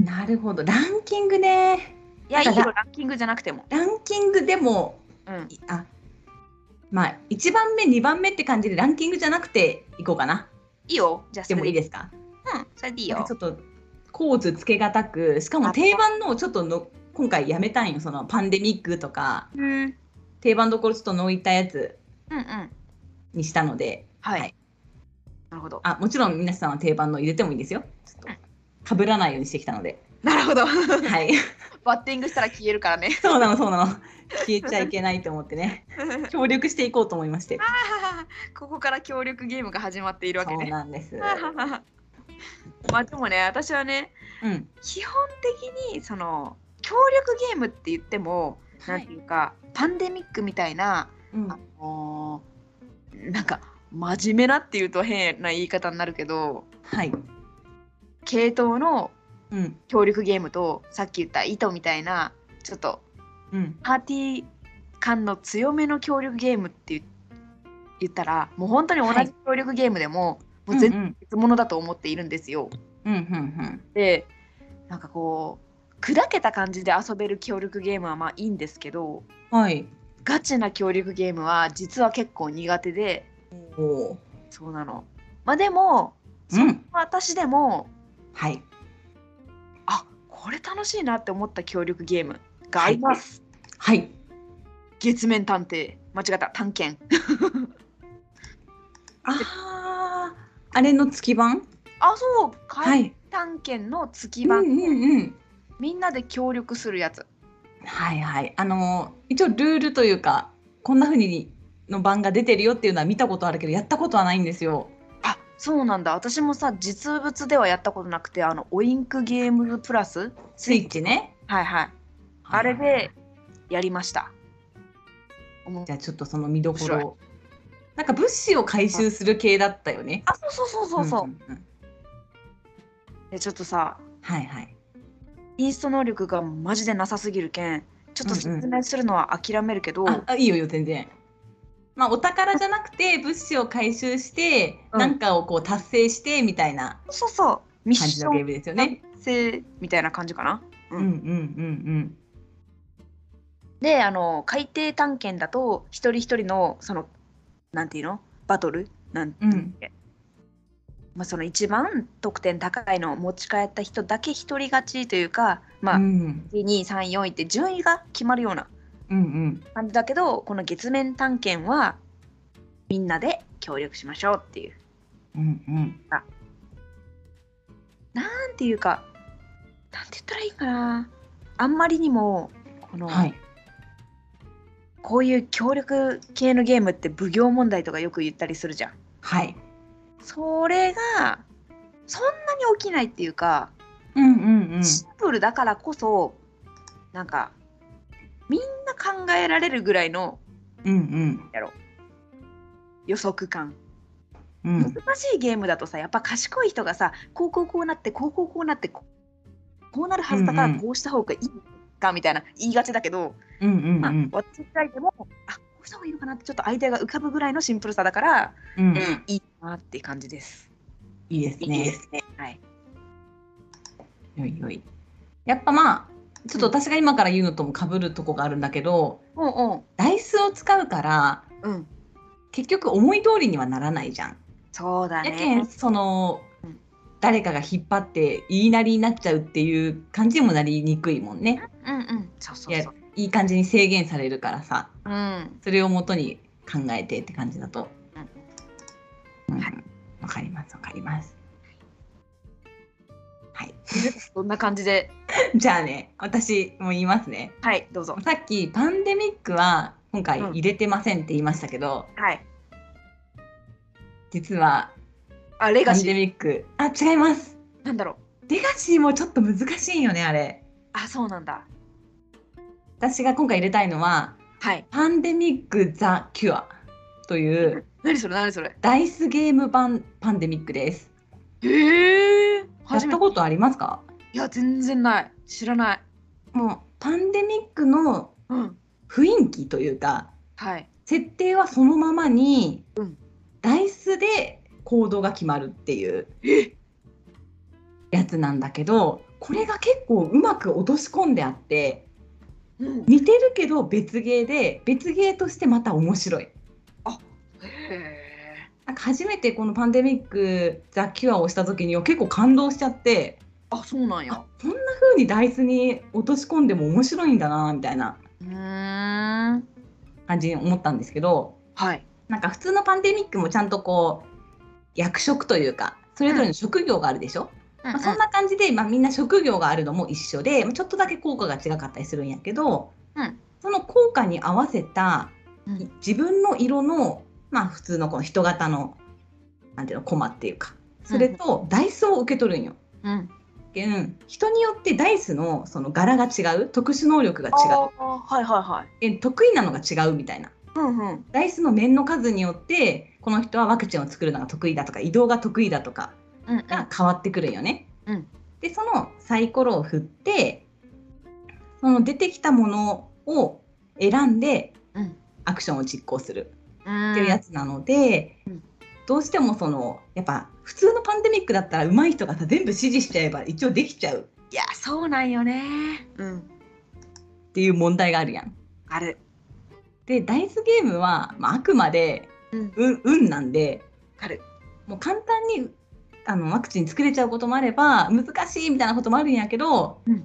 Speaker 2: なるほどランキングね
Speaker 1: いやいい
Speaker 2: なんか
Speaker 1: よランキングじゃなくても。
Speaker 2: ランキングでも
Speaker 1: うん、
Speaker 2: いあまあ1番目2番目って感じでランキングじゃなくていこうかない
Speaker 1: いよじゃあそ
Speaker 2: で
Speaker 1: れ
Speaker 2: も
Speaker 1: で
Speaker 2: いい
Speaker 1: いい
Speaker 2: ですか
Speaker 1: うんそれでいい
Speaker 2: なん
Speaker 1: よ
Speaker 2: かちょ。っと構図つけがたくしかも定番のをちょっとの今回やめたいよそのパンデミックとか
Speaker 1: うんうん
Speaker 2: 定番どころちょっとのいたやつ
Speaker 1: うん
Speaker 2: にしたので
Speaker 1: はい、
Speaker 2: はい
Speaker 1: なるほど。
Speaker 2: あもちろん皆さんは定番の入れてもいいんですよちょっと被らないようにしてきたので
Speaker 1: なるほど。 *laughs*
Speaker 2: はい
Speaker 1: バッティングしたら消えるからね。 *laughs*
Speaker 2: そうなのそうなの消えちゃいけないと思ってね協力していこうと思いまして
Speaker 1: ここから協力ゲームが始まっているわけ
Speaker 2: そう
Speaker 1: ね。
Speaker 2: なんで
Speaker 1: *laughs*
Speaker 2: す、
Speaker 1: まあでもね私はね
Speaker 2: うん
Speaker 1: 基本的にその協力ゲームって言っても、なんていうかパンデミックみたいな
Speaker 2: うん
Speaker 1: あのーなんか真面目なっていうと変な言い方になるけど
Speaker 2: はい
Speaker 1: 系統の
Speaker 2: うん
Speaker 1: 協力ゲームとさっき言った糸みたいなちょっと
Speaker 2: うん
Speaker 1: パーティー感の強めの協力ゲームって言言ったらもう本当に同
Speaker 2: は
Speaker 1: じ
Speaker 2: い
Speaker 1: 協力ゲームでも,、も
Speaker 2: う
Speaker 1: うん
Speaker 2: う
Speaker 1: 全然
Speaker 2: ん
Speaker 1: 別物だと思っているんですよ。
Speaker 2: うんうん
Speaker 1: でなんかこう砕けた感じで遊べる協力ゲームはまあいいんですけど
Speaker 2: うんはい
Speaker 1: ガチな協力ゲームは実は結構苦手で
Speaker 2: おお
Speaker 1: そうなの。まあでも
Speaker 2: ーうん
Speaker 1: 私でも
Speaker 2: はい
Speaker 1: あこれ楽しいなって思った協力ゲームがあります、
Speaker 2: はい
Speaker 1: 月面探偵間違った探検
Speaker 2: あああれの月版
Speaker 1: あそう
Speaker 2: は
Speaker 1: 買っ
Speaker 2: い
Speaker 1: た、探検の月
Speaker 2: うんう
Speaker 1: 版、
Speaker 2: んうん
Speaker 1: みんなで協力するやつ
Speaker 2: はいはい。あのー一応ルールというかこんな風にの版が出てるよっていうのは見たことあるけどやったことはないんですよ。
Speaker 1: あそうなんだ私もさ実物ではやったことなくてあのオインクゲームズプラス
Speaker 2: スイッチね。
Speaker 1: はいはいあれでやりましたおも
Speaker 2: じゃあちょっとその見どこ
Speaker 1: 面
Speaker 2: ろを。なんか物資を回収する系だったよね。
Speaker 1: あそうそうそうそうそう、
Speaker 2: んんん
Speaker 1: でちょっとさ
Speaker 2: はいはい。
Speaker 1: インスト能力がマジでなさすぎるけんちょっと説明するのは諦めるけど、
Speaker 2: ああいいよいいよ全然。まあお宝じゃなくて物資を回収して、
Speaker 1: うん
Speaker 2: なんかをこう達成してみたいな
Speaker 1: そうそうミッ
Speaker 2: 感
Speaker 1: ショ
Speaker 2: じのゲー
Speaker 1: ン
Speaker 2: ムですよね
Speaker 1: 達。成みたいな感じかな
Speaker 2: う
Speaker 1: うんん
Speaker 2: うんうん
Speaker 1: であの海底探検だと一人一人のそのなんていうのバトルなんて
Speaker 2: うん
Speaker 1: いうっけまあ、その一番得点高いのを持ち帰った人だけ一人勝ちというか、
Speaker 2: う
Speaker 1: まあ
Speaker 2: ん。うん
Speaker 1: 1234位って順位が決まるような
Speaker 2: うんうん。
Speaker 1: 感じだけどこの月面探検はみんなで協力しましょうっていう
Speaker 2: うんうん。
Speaker 1: なんていうかなんて言ったらいいかなあんまりにもこの、
Speaker 2: はい。
Speaker 1: こういう協力系のゲームって奉行問題とかよく言ったりするじゃん。
Speaker 2: はい。
Speaker 1: それがそんなに起きないっていうか、
Speaker 2: うんうんうん。
Speaker 1: シンプルだからこそなんかみんな考えられるぐらいの
Speaker 2: うん
Speaker 1: 予測感、
Speaker 2: うんうん
Speaker 1: 難しいゲームだとさやっぱ賢い人がさこうこうこうなってこうこうこうなってここうなるはずだか
Speaker 2: うん
Speaker 1: ら
Speaker 2: うん
Speaker 1: こうした方がいいかみたいな言いがちだけど、
Speaker 2: うんうん
Speaker 1: ま
Speaker 2: う
Speaker 1: あ
Speaker 2: ん、
Speaker 1: 私ぐらいでもあこうした方がいいのかなってちょっとアイデアが浮かぶぐらいのシンプルさだから、
Speaker 2: うん
Speaker 1: いいなっていう感じです。
Speaker 2: いいですね。
Speaker 1: ね。はい。
Speaker 2: よいよい。やっぱまあちょっと私が今から言うのともかぶるとこがあるんだけど、
Speaker 1: うんうん
Speaker 2: ダイスを使うから
Speaker 1: うん。
Speaker 2: 結局思い通りにはならないじゃん。
Speaker 1: そうだ
Speaker 2: やけ
Speaker 1: ね
Speaker 2: ん。その誰かが引っ張って言いなりになっちゃうっていう感じにもなりにくいもんね。
Speaker 1: うんうん。そうそうそう。
Speaker 2: いい感じに制限されるからさ
Speaker 1: うん。
Speaker 2: それをもとに考えてって感じだと。うん
Speaker 1: はい
Speaker 2: わかりますわかります。はい。
Speaker 1: そんな感じで。
Speaker 2: じゃあね、私も言いますね。
Speaker 1: はい、どうぞ。
Speaker 2: さっきパンデミックは今回
Speaker 1: うん
Speaker 2: 入れてませんって言いましたけど、
Speaker 1: はい。
Speaker 2: 実は
Speaker 1: あ、レガ
Speaker 2: パン
Speaker 1: シ
Speaker 2: デ
Speaker 1: ー。
Speaker 2: ミック、あ、違います。
Speaker 1: なんだろう。
Speaker 2: レガシーもちょっと難しいよね、あれ。
Speaker 1: あ、そうなんだ。
Speaker 2: 私が今回入れたいのは、
Speaker 1: はい。
Speaker 2: パンデミック・ザ・キュアという
Speaker 1: 何それ、何それ。
Speaker 2: ダイスゲーム版パンデミックです。
Speaker 1: へえ。
Speaker 2: やっ
Speaker 1: 初め
Speaker 2: た
Speaker 1: て。
Speaker 2: ことありますか
Speaker 1: いや、全然ない。知らない。
Speaker 2: もうパンデミックの
Speaker 1: うん。
Speaker 2: 雰囲気というか、
Speaker 1: はい。
Speaker 2: 設定はそのままに、
Speaker 1: うん
Speaker 2: ダイスで行動が決まるっていう
Speaker 1: え。
Speaker 2: やつなんだけどこれが結構うまく落とし込んであって
Speaker 1: うん。
Speaker 2: 似てるけど別ゲーで別ゲーとしてまた面白い。
Speaker 1: へえ。
Speaker 2: なんか初めてこの「パンデミック・ザ・キュア」をした時には結構感動しちゃって
Speaker 1: あ、そうなんや
Speaker 2: あ。こんな風にダイスに落とし込んでも面白いんだなみたいな
Speaker 1: うーん。
Speaker 2: 感じに思ったんですけど
Speaker 1: はい。
Speaker 2: なんか普通のパンデミックもちゃんとこう役職というかそれぞれの職業があるでしょ、
Speaker 1: うん
Speaker 2: まあ、そんな感じで、まあ、みんな職業があるのも一緒でまあちょっとだけ効果が違かったりするんやけど、
Speaker 1: うん
Speaker 2: その効果に合わせた
Speaker 1: うん
Speaker 2: い自分の色の、まあ、普通のこの人型のなんていうのコマっていうかそれとダイスを受け取るんよ。
Speaker 1: うん。
Speaker 2: けん人によってダイスのその柄が違う特殊能力が違う
Speaker 1: あーはいはいはい。
Speaker 2: けん得意なのが違うみたいな。
Speaker 1: うんうん。
Speaker 2: ダイスの面の数によってこの人はワクチンを作るのが得意だとか移動が得意だとか
Speaker 1: うん
Speaker 2: が変わってくるんよね。
Speaker 1: うん
Speaker 2: でそのサイコロを振ってその出てきたものを選んで
Speaker 1: うん
Speaker 2: アクションを実行する
Speaker 1: うん。
Speaker 2: っていうやつなので、
Speaker 1: うん
Speaker 2: どうしてもそのやっぱ普通のパンデミックだったら上手い人がさ全部指示しちゃえば一応できちゃう
Speaker 1: いや、そうなんよね。うん。
Speaker 2: っていう問題があるやん。
Speaker 1: ある。
Speaker 2: でダイスゲームは、まあ、あくまで
Speaker 1: うん。
Speaker 2: 運運なんで
Speaker 1: ある。
Speaker 2: もう簡単にあのワクチン作れちゃうこともあれば難しいみたいなこともあるんやけど、
Speaker 1: うん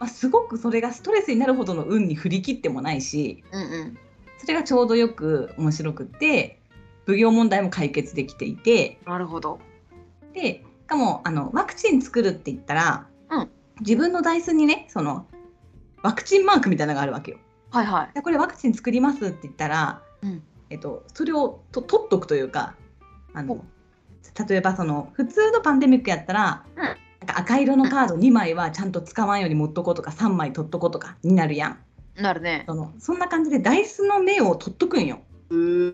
Speaker 2: まあ、すごくそれがストレスになるほどの運に振り切ってもないし
Speaker 1: うんうん。
Speaker 2: それがちょうどよく面白くって奉行問題も解決できていて
Speaker 1: なるほど。
Speaker 2: でかもあのワクチン作るって言ったら、
Speaker 1: うん
Speaker 2: 自分の台数にねそのワクチンマークみたいなのがあるわけよ。
Speaker 1: はいはい
Speaker 2: でこれワクチン作りますって言ったら、
Speaker 1: うん
Speaker 2: えっと、それをと取っとくというかあの
Speaker 1: お
Speaker 2: 例えばその普通のパンデミックやったら、
Speaker 1: うん
Speaker 2: なんか赤色のカード2枚はちゃんと使わんように持っとこうとか3枚取っとこうとかになるやん
Speaker 1: なるね
Speaker 2: そのそんな感じでダイスの目を取っとくんよ
Speaker 1: うん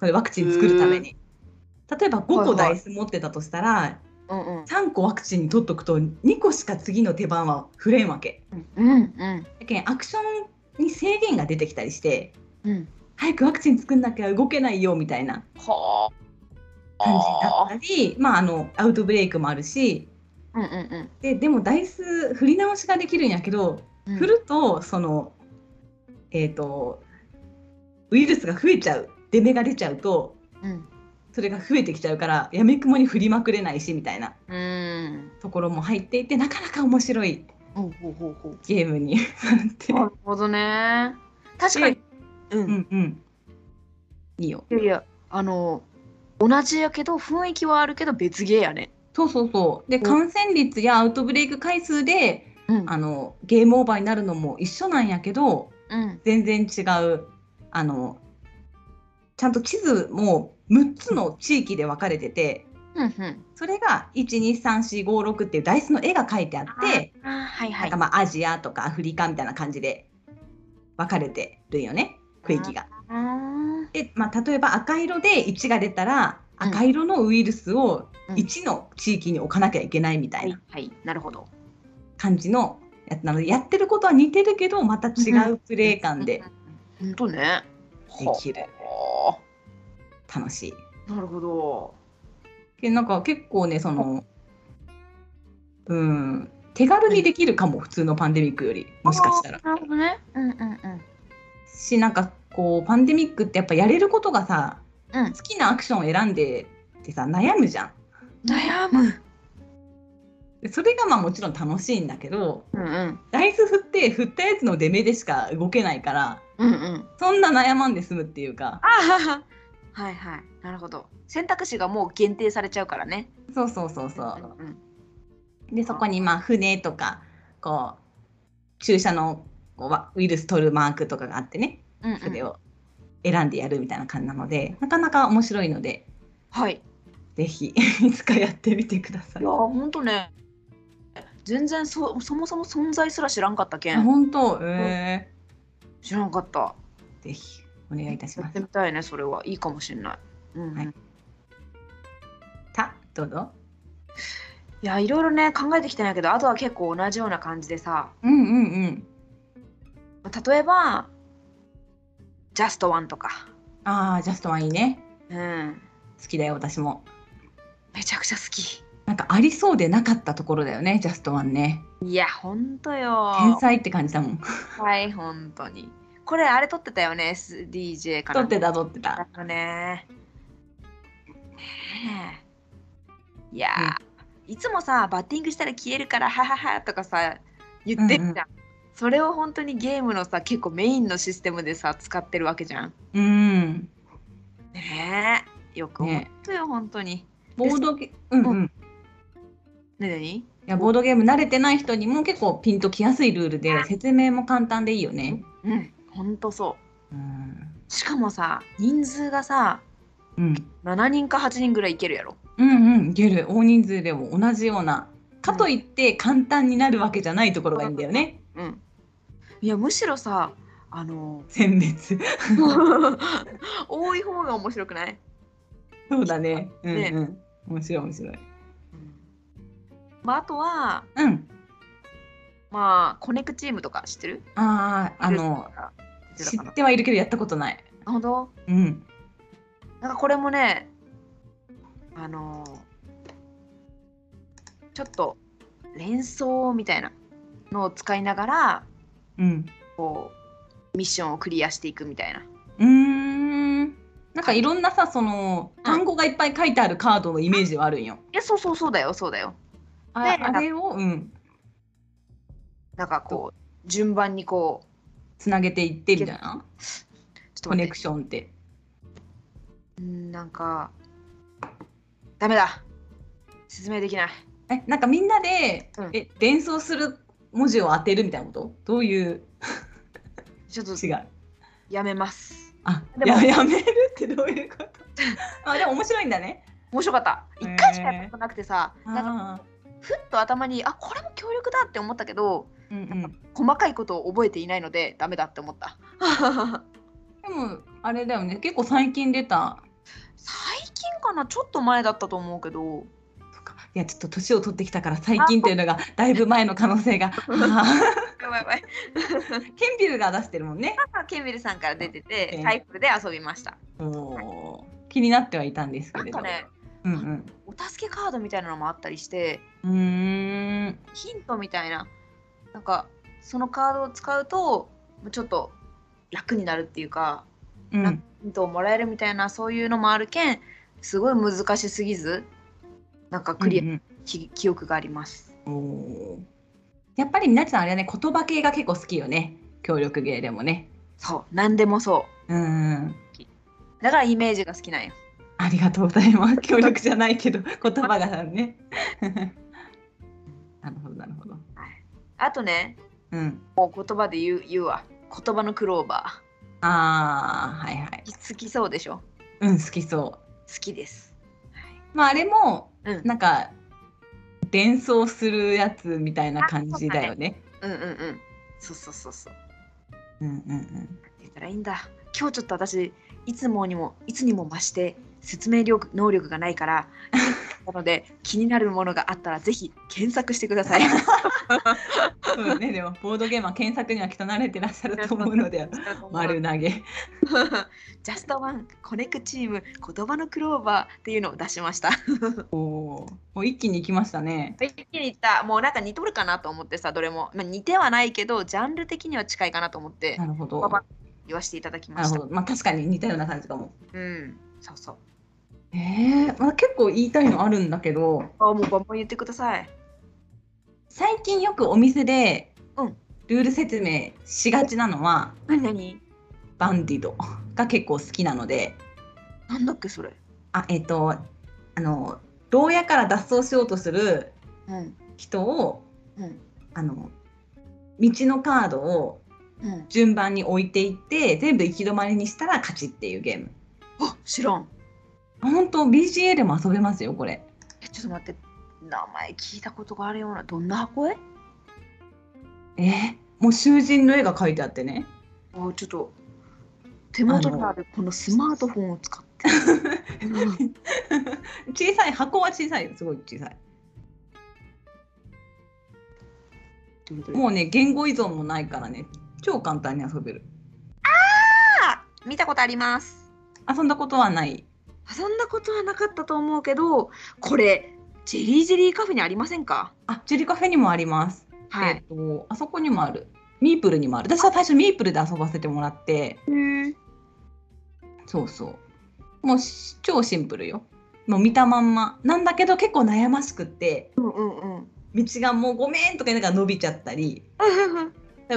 Speaker 2: これワクチン作るために。例えば5
Speaker 1: はいは
Speaker 2: 個
Speaker 1: い
Speaker 2: ダイス持ってたとしたら、
Speaker 1: うん
Speaker 2: 3個ワクチンに取っとくと2個しか次の手番は触れんわけ。
Speaker 1: うんうん
Speaker 2: だけんアクションに制限が出てきたりして
Speaker 1: うん
Speaker 2: 早くワクチン作んなきゃ動けないよみたいな
Speaker 1: はあ
Speaker 2: 感じだったりまああのアウトブレイクもあるし
Speaker 1: うんうん
Speaker 2: ででもダイス振り直しができるんやけど、
Speaker 1: うん
Speaker 2: 振るとそのえっ、とウイルスが増えちゃう出目が出ちゃうと
Speaker 1: うん
Speaker 2: それが増えてきちゃうからやめくもに振りまくれないしみたいな
Speaker 1: うん
Speaker 2: ところも入っていてなかなか面白い
Speaker 1: ほうほうほうほう
Speaker 2: ゲームに *laughs* なって
Speaker 1: なるほどね確かにう
Speaker 2: うんうんいいよ
Speaker 1: いやいやあの同じやけど雰囲気はあるけど別ゲーやね
Speaker 2: そうそうそうで
Speaker 1: ん
Speaker 2: 感染率やアウトブレイク回数で
Speaker 1: うん
Speaker 2: あのゲームオーバーになるのも一緒なんやけど
Speaker 1: うん
Speaker 2: 全然違うあのちゃんと地図も6つの地域で分かれてて
Speaker 1: うんうん
Speaker 2: それが123456っていうダイスの絵が描いてあって
Speaker 1: あーはいは
Speaker 2: ないんかまあアジアとかアフリカみたいな感じで分かれてるんよね区域が。
Speaker 1: あー
Speaker 2: で、まあ、例えば赤色で1が出たら
Speaker 1: うん
Speaker 2: 赤色のウイルスを
Speaker 1: うん
Speaker 2: 1の地域に置かなきゃいけないみた
Speaker 1: はいい
Speaker 2: な
Speaker 1: はいなるほど
Speaker 2: 感じのやつなのでやってることは似てるけどまた違うプレイ感で
Speaker 1: うんうんほんとね
Speaker 2: できる
Speaker 1: は
Speaker 2: 楽しい。
Speaker 1: あなるほど
Speaker 2: でなんか結構ねそのうん手軽にできるかも普通のパンデミックよりもしかしたら
Speaker 1: あ。ーなるほどねうんうんうん
Speaker 2: しなんかこうパンデミックってやっぱやれることがさ
Speaker 1: うん
Speaker 2: 好きなアクションを選んでってさ悩むじゃん。
Speaker 1: 悩む
Speaker 2: でそれがまあもちろん楽しいんだけど
Speaker 1: うんうん
Speaker 2: ダイス振って振ったやつの出目でしか動けないから
Speaker 1: うんうん
Speaker 2: そんな悩まんで済むっていうか
Speaker 1: ああはいはいなるほど選択肢がもう限定されちゃうからね
Speaker 2: そうそうそうそ
Speaker 1: うん
Speaker 2: う
Speaker 1: うん
Speaker 2: でそこにまあ船とかこう注射のこうわウイルス取るマークとかがあってね
Speaker 1: うんうん
Speaker 2: それを選んでやるみたいな感じなのでなかなか面白いので
Speaker 1: はいい
Speaker 2: ぜひ *laughs* いつかやってみてください
Speaker 1: や。ほんとね全然そそもそも存在すら知らんかったけん
Speaker 2: 本当、え
Speaker 1: 知らんかった
Speaker 2: ー、ぜひお願いいたし
Speaker 1: や
Speaker 2: ま
Speaker 1: って
Speaker 2: す
Speaker 1: み。たいねそれはいいかもしれない、うんうん
Speaker 2: はい
Speaker 1: い、
Speaker 2: たどうぞ。
Speaker 1: やいろいろね考えてきてないけどあとは結構同じような感じでさ
Speaker 2: うんうんうん。
Speaker 1: 例えば「ジャストワンとか、
Speaker 2: ああジャストはいいね。
Speaker 1: うん、
Speaker 2: 好きだよ私も。
Speaker 1: めちゃくちゃ好き
Speaker 2: なんかありそうでなかったところだよね、ジャストワンね。
Speaker 1: いやほんとよ
Speaker 2: 天才って感じだもん。
Speaker 1: はいほんとにこれあれ撮ってたよね SDJ か
Speaker 2: 撮
Speaker 1: な
Speaker 2: ってた撮って
Speaker 1: だ
Speaker 2: た。
Speaker 1: よね。ねえいやー、いつもさバッティングしたら消えるからハハハとかさ言ってるじゃん、
Speaker 2: うんう
Speaker 1: それを本当にゲームのさ結構メインのシステムでさ使ってるわけじゃん。
Speaker 2: うん。
Speaker 1: ねえよく思ったよ、本当に。
Speaker 2: ボードゲうんうん。い
Speaker 1: ねえ何
Speaker 2: やボードゲーム慣れてない人にも結構ピンときやすいルールで説明も簡単でいいよね。
Speaker 1: うん本当そ
Speaker 2: うん。
Speaker 1: う。しかもさ人数がさ
Speaker 2: うん
Speaker 1: 7人か8人ぐらいいけるやろ。
Speaker 2: うんうんいける。大人数でも同じような。かといって簡単になるわけじゃないところがいいんだよね。
Speaker 1: うん、いやむしろさあの
Speaker 2: 選
Speaker 1: *laughs*
Speaker 2: 別。
Speaker 1: 多い方が面白くない
Speaker 2: そうだね。うん
Speaker 1: ね
Speaker 2: うん。面白い面白い。
Speaker 1: まあ、あとは、
Speaker 2: うん。
Speaker 1: まあ、コネクチームとか知ってる
Speaker 2: あああの
Speaker 1: 知って
Speaker 2: 知
Speaker 1: るかな
Speaker 2: ってはいるけどやったことない。
Speaker 1: あ本当
Speaker 2: うん。
Speaker 1: なんかこれもね、あのーちょっと連想みたいなのを使いながら
Speaker 2: うん。
Speaker 1: ミッションをクリアしていくみたいな。
Speaker 2: うーんなんかいろんなさその単語がいっぱい書いてあるカードのイメージはあるんよ。
Speaker 1: いや、そうそうそうだよ、そうだよ。
Speaker 2: あ
Speaker 1: ね
Speaker 2: あれを、うん、
Speaker 1: なんかこう、順番にこう、
Speaker 2: つなげていってみたいな
Speaker 1: ちょっと
Speaker 2: コ
Speaker 1: 待っ
Speaker 2: ネ
Speaker 1: て
Speaker 2: ク、ションって。
Speaker 1: うんなんか、ダメだ。説明できない。
Speaker 2: えなんかみんなで、
Speaker 1: うん
Speaker 2: え連想する文字を当てるみたいなことどういう
Speaker 1: ちょっと
Speaker 2: 違う
Speaker 1: やめます。
Speaker 2: あ
Speaker 1: でも
Speaker 2: ややめるってどういうことあでも面白いんだね。
Speaker 1: 面白かった。
Speaker 2: へー
Speaker 1: 一回しかやったことなくてさ、 *laughs* なんか
Speaker 2: あ
Speaker 1: ふっと頭に、あこれも協力だって思ったけど、
Speaker 2: ーうんうん、
Speaker 1: 細かいことを覚えていないので、ダメだって思った。
Speaker 2: でもあれだよね結構最近出た
Speaker 1: 最近かな、ちょっと前だったと思うけど、
Speaker 2: とかいやちょっと年を取ってきたから最近っていうのがだいぶ前の可能性があ
Speaker 1: やばいやばい。
Speaker 2: ーケンビルが出してるもんね
Speaker 1: あケンビルさんから出てて
Speaker 2: う、ん
Speaker 1: サイクルで遊びました。
Speaker 2: おー気になってはいたんですけれど
Speaker 1: なんかね
Speaker 2: うん
Speaker 1: お助けカードみたいなのもあったりして、
Speaker 2: うんうーん
Speaker 1: ヒントみたいな、なんかそのカードを使うと、ちょっと楽になるっていうか、
Speaker 2: うん
Speaker 1: なんヒントをもらえるみたいなそういうのもあるけんすごい難しすぎずなんかクリア、
Speaker 2: うん
Speaker 1: き記憶があります
Speaker 2: うんおーやっぱりみなちゃんあれはね言葉系が結構好きよね協力芸でもね
Speaker 1: そう何でもそ
Speaker 2: うん
Speaker 1: うだからイメージが好きなんよ
Speaker 2: ありがとうござい *laughs* ます協力じゃないけど言葉がね *laughs* なるほどなるほど
Speaker 1: あとね
Speaker 2: うん
Speaker 1: もう言葉で言う言うわ言葉のクローバ
Speaker 2: ああはいはい
Speaker 1: ー好きそうでしょ
Speaker 2: うん好きそう
Speaker 1: 好きです、はい
Speaker 2: まああれも、
Speaker 1: うん
Speaker 2: なんか連想するやつみたいな感じだよね。
Speaker 1: うんうんうんそうそうそうそう
Speaker 2: うんうんうん。
Speaker 1: 言ったらいいんだ今日ちょっと私いつもにもいつにも増して説明力能力がないから *laughs* なので気になるものがあったらぜひ検索してください
Speaker 2: そうよね。でもボードゲームは検索にはきっと慣れてらっしゃると思うので、丸投げ。
Speaker 1: *laughs* ジャストワンコネクチーム言葉のクローバーっていうのを出しました。
Speaker 2: もう一気に行きましたね。
Speaker 1: 一気に言ったもうなんか似とるかなと思ってさどれも、まあ、似てはないけどジャンル的には近いかなと思って
Speaker 2: なるほど
Speaker 1: パ。パ言わせていただきま
Speaker 2: なる
Speaker 1: し
Speaker 2: ほ
Speaker 1: た。
Speaker 2: ど。まあ確かに似たような感じかも。
Speaker 1: うんそうそう。
Speaker 2: ええまあ結構言いたいのあるんだけど、
Speaker 1: あもうバンバン言ってください。
Speaker 2: 最近よくお店で、
Speaker 1: うん
Speaker 2: ルール説明しがちなのは
Speaker 1: 何何
Speaker 2: バンディドが結構好きなので。
Speaker 1: なんだっけそれ。
Speaker 2: あえっ、とあの牢屋から脱走しようとする
Speaker 1: うん
Speaker 2: 人を
Speaker 1: うん
Speaker 2: あの道のカードを
Speaker 1: うん。
Speaker 2: 順番に置いていって全部行き止まりにしたら勝ちっていうゲーム
Speaker 1: あ知らん。
Speaker 2: 本当 BGA でも遊べますよこれ
Speaker 1: えちょっと待って名前聞いたことがあるようなどんな箱絵
Speaker 2: えーもう囚人の絵が描いてあってね
Speaker 1: あちょっと手元にあるこのスマートフォンを使って。うん
Speaker 2: 小さい箱は小さいよすごい小さい
Speaker 1: どれどれ *laughs*
Speaker 2: もうね言語依存もないからね超簡単に遊べる
Speaker 1: あ見たことあります
Speaker 2: 遊んだことはない
Speaker 1: 遊んだことはなかったと思うけどこれジェリージェリーカフェにありませんか
Speaker 2: あジェリカフェにもあります
Speaker 1: は
Speaker 2: えっ
Speaker 1: い、
Speaker 2: とあそこにもあるミープルにもある私は最初ミープルで遊ばせてもらってそうそうもうし超シンプルよもう見たまんまなんだけど結構悩ましくって
Speaker 1: うんうんうん
Speaker 2: 道がもうごめんとか言いながら伸びちゃったり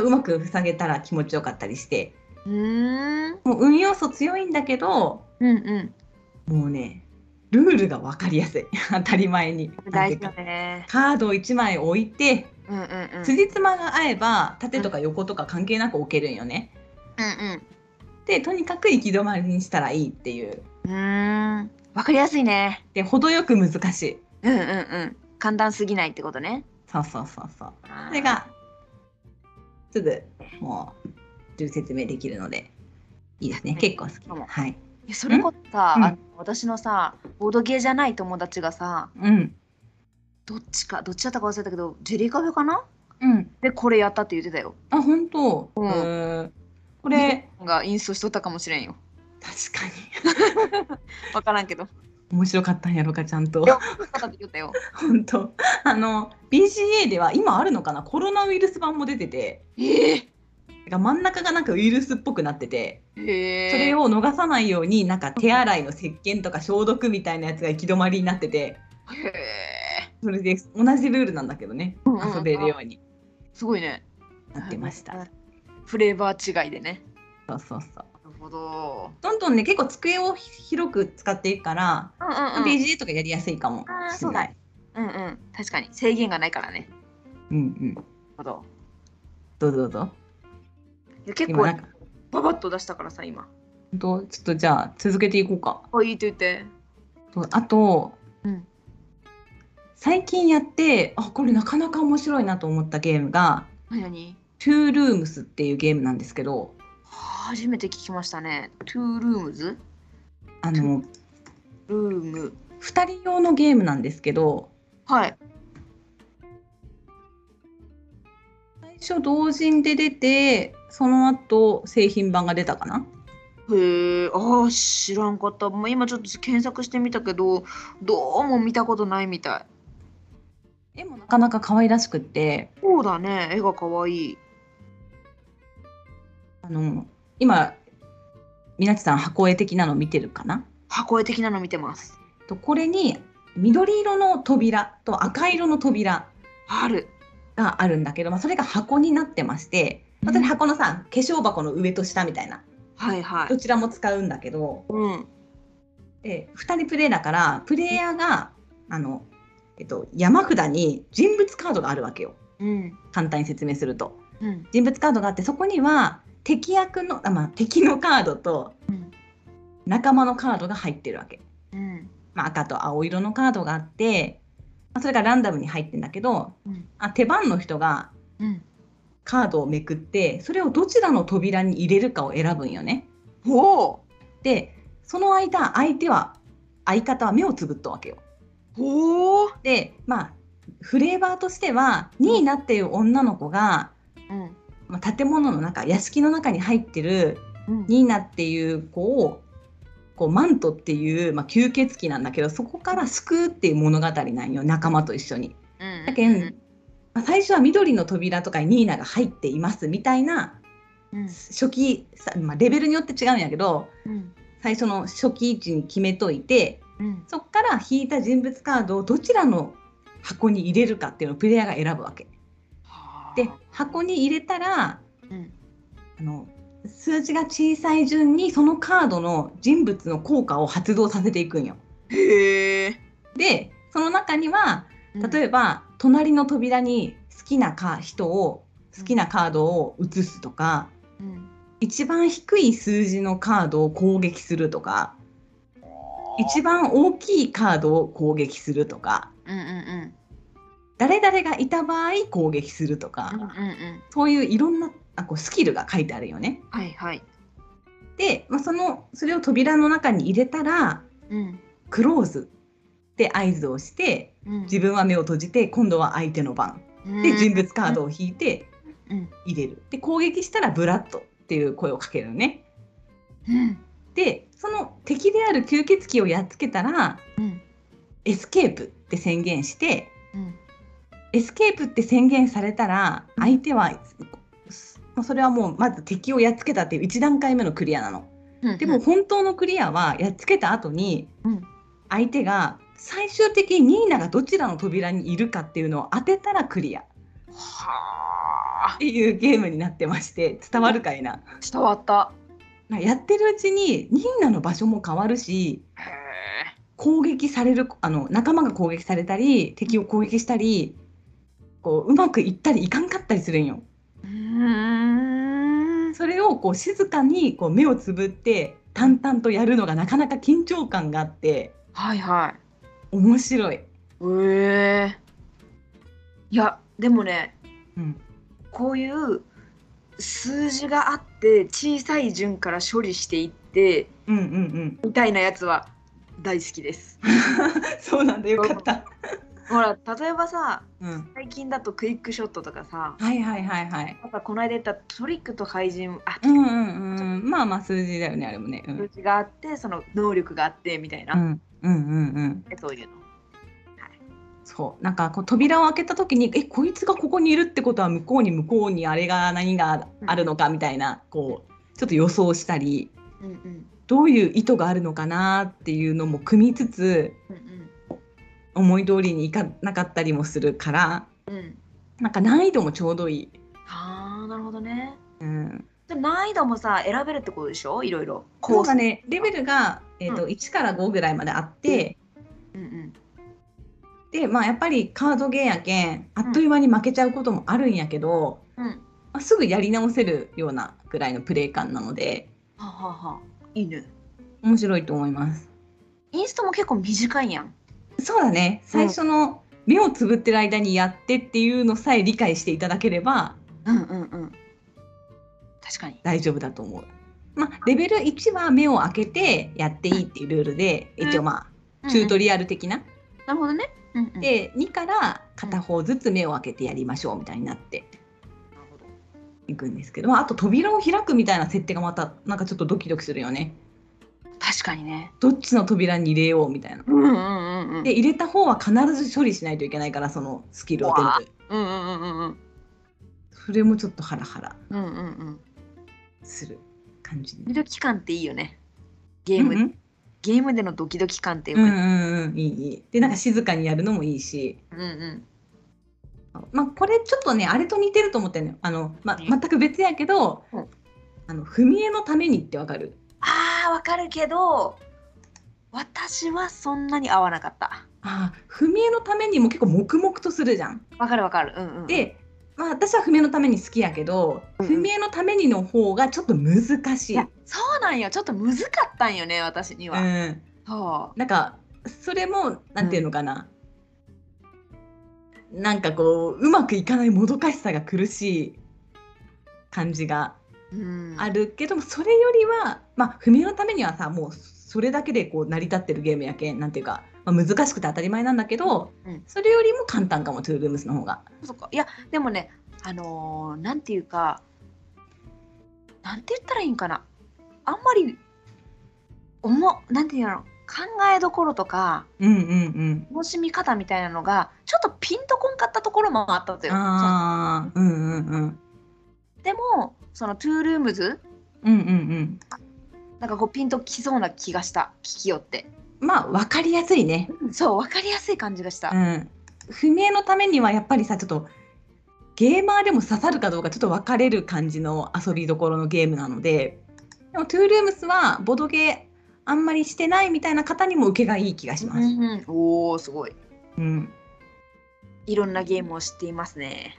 Speaker 2: うまく塞げたら気持ちよかったりして
Speaker 1: うーん
Speaker 2: もう運要素強いんだけど
Speaker 1: うんうん
Speaker 2: もうねルールが分かりやすい *laughs* 当たり前になん
Speaker 1: 大
Speaker 2: てい
Speaker 1: 事
Speaker 2: うか
Speaker 1: だね
Speaker 2: カードを1枚置いて
Speaker 1: うんうんうん
Speaker 2: 辻褄が合えば縦とか横とか関係なく置けるんよね。
Speaker 1: うん
Speaker 2: でとにかく行き止まりにしたらいいっていう
Speaker 1: うんうーんわかりやすいね
Speaker 2: で程よく難しい
Speaker 1: うんうんうん簡単すぎないってことね
Speaker 2: そうそうそうそう
Speaker 1: あー
Speaker 2: それがすぐもうルール説明できるのでいいですね
Speaker 1: はい
Speaker 2: 結構好きはい
Speaker 1: いやそれこそさ、
Speaker 2: うん
Speaker 1: あの私のさボードゲーじゃない友達がさ
Speaker 2: うん
Speaker 1: どっちかどっちだったか忘れたけどジェリーカフェかな
Speaker 2: うん
Speaker 1: でこれやったって言ってたよ
Speaker 2: あ本当、
Speaker 1: うん
Speaker 2: へーこれ
Speaker 1: がインストしとったかもしれんよ
Speaker 2: 確かに
Speaker 1: わからんけど
Speaker 2: 面白かったんやろかちゃんと
Speaker 1: いやよかったって言ったよ
Speaker 2: 本当あの BGA では今あるのかなコロナウイルス版も出てて
Speaker 1: ええ
Speaker 2: てか真ん中がなんかウイルスっぽくなってて
Speaker 1: へえ
Speaker 2: それを逃さないようになんか手洗いの石鹸とか消毒みたいなやつが行き止まりになってて
Speaker 1: へえ
Speaker 2: それで同じルールなんだけどね
Speaker 1: うんうん
Speaker 2: 遊べるように
Speaker 1: すごいね
Speaker 2: なってました、
Speaker 1: うんフレーバー違いでね
Speaker 2: そうそうそう
Speaker 1: なるほど
Speaker 2: どんどんね結構机を広く使っていくから、
Speaker 1: うんうん、うん、
Speaker 2: BGA とかやりやすいかも
Speaker 1: あー
Speaker 2: しれない
Speaker 1: うんうん確かに制限がないからね。
Speaker 2: うんうん。
Speaker 1: なるほど
Speaker 2: どうぞどうぞ。
Speaker 1: いや結
Speaker 2: 今
Speaker 1: 構
Speaker 2: なんか、
Speaker 1: ババッと出したからさ今。
Speaker 2: ほんとちょっとじゃあ続けていこうか。
Speaker 1: おいいと言って。
Speaker 2: とあと、
Speaker 1: うん
Speaker 2: 最近やって、あ、これなかなか面白いなと思ったゲームが、
Speaker 1: 何
Speaker 2: トゥールームスっていうゲームなんですけど、
Speaker 1: 初めて聞きましたね。トゥールームズ
Speaker 2: あの、
Speaker 1: ルーム。
Speaker 2: 2人用のゲームなんですけど、
Speaker 1: はい。
Speaker 2: 最初同人で出て、その後製品版が出たかな
Speaker 1: へえ、ああ、知らんかった。もう今ちょっと検索してみたけど、どうも見たことないみたい。
Speaker 2: 絵もなかなか可愛らしくって、
Speaker 1: そうだね、絵が可愛い。
Speaker 2: あの、今、みなちさん箱絵的なの見てるかな
Speaker 1: 箱絵的なの見てます。
Speaker 2: とこれに緑色の扉と赤色の扉
Speaker 1: ある。
Speaker 2: があるんだけど、まあ、それが箱になってまして
Speaker 1: うん
Speaker 2: 本当に箱のさ化粧箱の上と下みたいな
Speaker 1: はいは
Speaker 2: ど
Speaker 1: い。
Speaker 2: ちらも使うんだけど
Speaker 1: うん。
Speaker 2: で2人プレイだからプレイヤーがあの、えっと、山札に人物カードがあるわけよ
Speaker 1: うん。
Speaker 2: 簡単に説明すると。
Speaker 1: うん。
Speaker 2: 人物カードがあってそこには敵役のあ、まあ、敵のカードと
Speaker 1: うん
Speaker 2: 仲間のカードが入ってるわけ。
Speaker 1: うん。
Speaker 2: まあ、赤と青色のカードがあって、まあ、それがランダムに入ってんだけど、
Speaker 1: うん
Speaker 2: あ手番の人が
Speaker 1: うん。
Speaker 2: カードをめくってそれをどちらの扉に入れるかを選ぶんよね。
Speaker 1: ほ
Speaker 2: でその間相手は相方は目をつぶったわけよ。
Speaker 1: うほう
Speaker 2: でまあフレーバーとしてはニーナっていう女の子が、
Speaker 1: うん。
Speaker 2: まあ、建物の中屋敷の中に入ってる
Speaker 1: うん。
Speaker 2: ニーナっていう子をこうマントっていう、まあ、吸血鬼なんだけどそこから救うっていう物語なんよ仲間と一緒に。
Speaker 1: うん。
Speaker 2: だけん、まあ最初は緑の扉とかにニーナが入っていますみたいな
Speaker 1: うん。
Speaker 2: 初期、さまあ、レベルによって違うんやけど
Speaker 1: うん。
Speaker 2: 最初の初期位置に決めといて
Speaker 1: うん。
Speaker 2: そこから引いた人物カードをどちらの箱に入れるかっていうのをプレイヤーが選ぶわけ。で箱に入れたら
Speaker 1: うん。
Speaker 2: あの数字が小さい順にそのカードの人物の効果を発動させていくんよ。
Speaker 1: へえ。
Speaker 2: でその中には例
Speaker 1: え
Speaker 2: えば、隣の扉に好きなか人を好きなカードを移すとか、
Speaker 1: ば、うん、
Speaker 2: 一番低い数字のカードを攻撃するとか一番大きいカードを攻撃するとか
Speaker 1: うんうん
Speaker 2: 誰々がいた場合攻撃するとか、
Speaker 1: うんうんうんうん
Speaker 2: そういういろんなあこうスキルが書いてあるよね。
Speaker 1: はいはい
Speaker 2: で、まあ、そのそれを扉の中に入れたら
Speaker 1: うん
Speaker 2: クローズって合図をして
Speaker 1: うん
Speaker 2: 自分は目を閉じて今度は相手の番
Speaker 1: 分
Speaker 2: で人物カードを引いて
Speaker 1: うん
Speaker 2: 入れる。で攻撃したらブラッドっていう声をかけるのね。
Speaker 1: うん
Speaker 2: でその敵である吸血鬼をやっつけたら
Speaker 1: うん
Speaker 2: エスケープって宣言して
Speaker 1: うん
Speaker 2: エスケープって宣言されたら相手はもうそれはもうまず敵をやっつけたっていう1段階目のクリアなの。
Speaker 1: うん
Speaker 2: でも本当のクリアはやっつけた後に
Speaker 1: うん
Speaker 2: 相手が最終的にニーナがどちらの扉にいるかっていうのを当てたらクリアっ
Speaker 1: はあ
Speaker 2: ていうゲームになってまして伝わるかいな。
Speaker 1: 伝わった
Speaker 2: まあやってるうちにニーナの場所も変わるし
Speaker 1: へえ
Speaker 2: 攻撃されるあの仲間が攻撃されたり敵を攻撃したりこううまくいったりいかんかったりするんよ。
Speaker 1: うーん
Speaker 2: それをこう静かにこう目をつぶって淡々とやるのがなかなか緊張感があって
Speaker 1: はいはい
Speaker 2: 面白い。
Speaker 1: ええいやでもね
Speaker 2: うん、
Speaker 1: こういう数字があって小さい順から処理していって
Speaker 2: うん、うん、うん。 *laughs*
Speaker 1: みたいなやつは大好きです
Speaker 2: そうなんだよかった。
Speaker 1: ほら例えばさ
Speaker 2: うん。
Speaker 1: 最近だとクイックショットとかさ
Speaker 2: はいはいはいはい。
Speaker 1: なんかこの間言ったトリックと廃人あ
Speaker 2: うんうんうん。まあまあ数字だよねあれもね。うん。
Speaker 1: 数字があってその能力があってみたいな、
Speaker 2: うんうんうんうん。
Speaker 1: そういうの
Speaker 2: そうなんかこう扉を開けた時にえこいつがここにいるってことは向こうに向こうにあれが何があるのかみたいなこうちょっと予想したり
Speaker 1: うんうん
Speaker 2: どういう意図があるのかなっていうのも組みつつ
Speaker 1: うん
Speaker 2: 思い通りにいかなかったりもするから
Speaker 1: うんうん
Speaker 2: なんか難易度もちょうどいい。
Speaker 1: ああなるほどね
Speaker 2: うん、
Speaker 1: でも難易度もさ選べるってことでしょいろいろ
Speaker 2: こう
Speaker 1: ス
Speaker 2: がねレベルが、えーと
Speaker 1: う
Speaker 2: 1から5ぐらいまであって
Speaker 1: うんうん
Speaker 2: で、まあ、やっぱりカードゲーやけんあっという間に負けちゃうこともあるんやけど、
Speaker 1: うん。は
Speaker 2: まあ、すぐやり直せるようなぐらいのプレイ感なので
Speaker 1: あはあはあ。いいね。
Speaker 2: 面白いと思います。
Speaker 1: インストも結構短いやん。
Speaker 2: そうだね最初の目をつぶってる間にやってっていうのさえ理解していただければ
Speaker 1: うんうんうん。確かに。
Speaker 2: 大丈夫だと思う。まあ、レベル1は目を開けてやっていいっていうルールで
Speaker 1: うん
Speaker 2: 一応まあチュート
Speaker 1: リ
Speaker 2: リアル的な、
Speaker 1: なるほどね。うんうん、
Speaker 2: で2から片方ずつ目を開けてやりましょうみたいになって
Speaker 1: なるほど
Speaker 2: いくんですけど、まあ、あと扉を開くみたいな設定がまたなんかちょっとドキドキするよね
Speaker 1: 確かにね。
Speaker 2: どっちの扉に入れようみたいな
Speaker 1: うんうんうんうん。
Speaker 2: で入れた方は必ず処理しないといけないからそのスキルを全
Speaker 1: わ
Speaker 2: 部
Speaker 1: うんうんうんうんうん。
Speaker 2: それもちょっとハラハラ
Speaker 1: うんうんうん。
Speaker 2: する感じ
Speaker 1: ドキ
Speaker 2: ね
Speaker 1: ドキ感っていいよね。ゲーム、
Speaker 2: うんうん
Speaker 1: ゲームでのドキドキ感っていう
Speaker 2: う
Speaker 1: か
Speaker 2: んうんうんいいいいでなんか静かにやるのもいいし
Speaker 1: うんうん。
Speaker 2: まあ、これちょっとねあれと似てると思ってんのよあの、ま、
Speaker 1: ね
Speaker 2: 全く別やけど、
Speaker 1: うん
Speaker 2: あの踏み絵のためにってわかる
Speaker 1: ああ、わかるけど、私はそんなに合わなかった。
Speaker 2: あー踏み絵のためにも結構黙々とするじゃん。
Speaker 1: わかるわかる。うんうん。、
Speaker 2: で、まあ、私は踏み絵のために好きやけど、
Speaker 1: うん
Speaker 2: 踏み絵のためにの方がちょっと難し
Speaker 1: い
Speaker 2: い。
Speaker 1: や、そうなんよ。ちょっと難かったんよね、私に
Speaker 2: う
Speaker 1: は。
Speaker 2: ん、
Speaker 1: そ
Speaker 2: なんかそれもなんていうのかな、なんかこううまくいかないもどかしさが苦しい感じが
Speaker 1: う。うん。
Speaker 2: あるけどもそれよりはまあ踏み絵のためにはさもうそれだけでこう成り立ってるゲームやけんなんていうか、まあ、難しくて当たり前なんだけど、
Speaker 1: うん
Speaker 2: それよりも簡単かもトゥールームスの方が。
Speaker 1: そっかいやでもねあのーなんていうかなんて言ったらいいんかなあんまり思なんていうの考えどころとか
Speaker 2: うんうん
Speaker 1: 楽しみ方みたいなのがちょっとピンとこんかったところもあったと
Speaker 2: う
Speaker 1: い
Speaker 2: ん。
Speaker 1: うか
Speaker 2: ああうんうんうん
Speaker 1: でもそのトゥールームズ
Speaker 2: うんうん
Speaker 1: なんかこうピンときそうな気がした聞きよって
Speaker 2: うん。まあ分かりやすいね。
Speaker 1: そう分かりやすい感じがした、
Speaker 2: うん。踏み絵のためにはやっぱりさちょっとゲーマーでも刺さるかどうかちょっと分かれる感じの遊びどころのゲームなのででもトゥールームスはボドゲーあんまりしてないみたいな方にも受けがいい気がします。
Speaker 1: うんうんおおすごい
Speaker 2: うん、
Speaker 1: いろんなゲームを知っていますね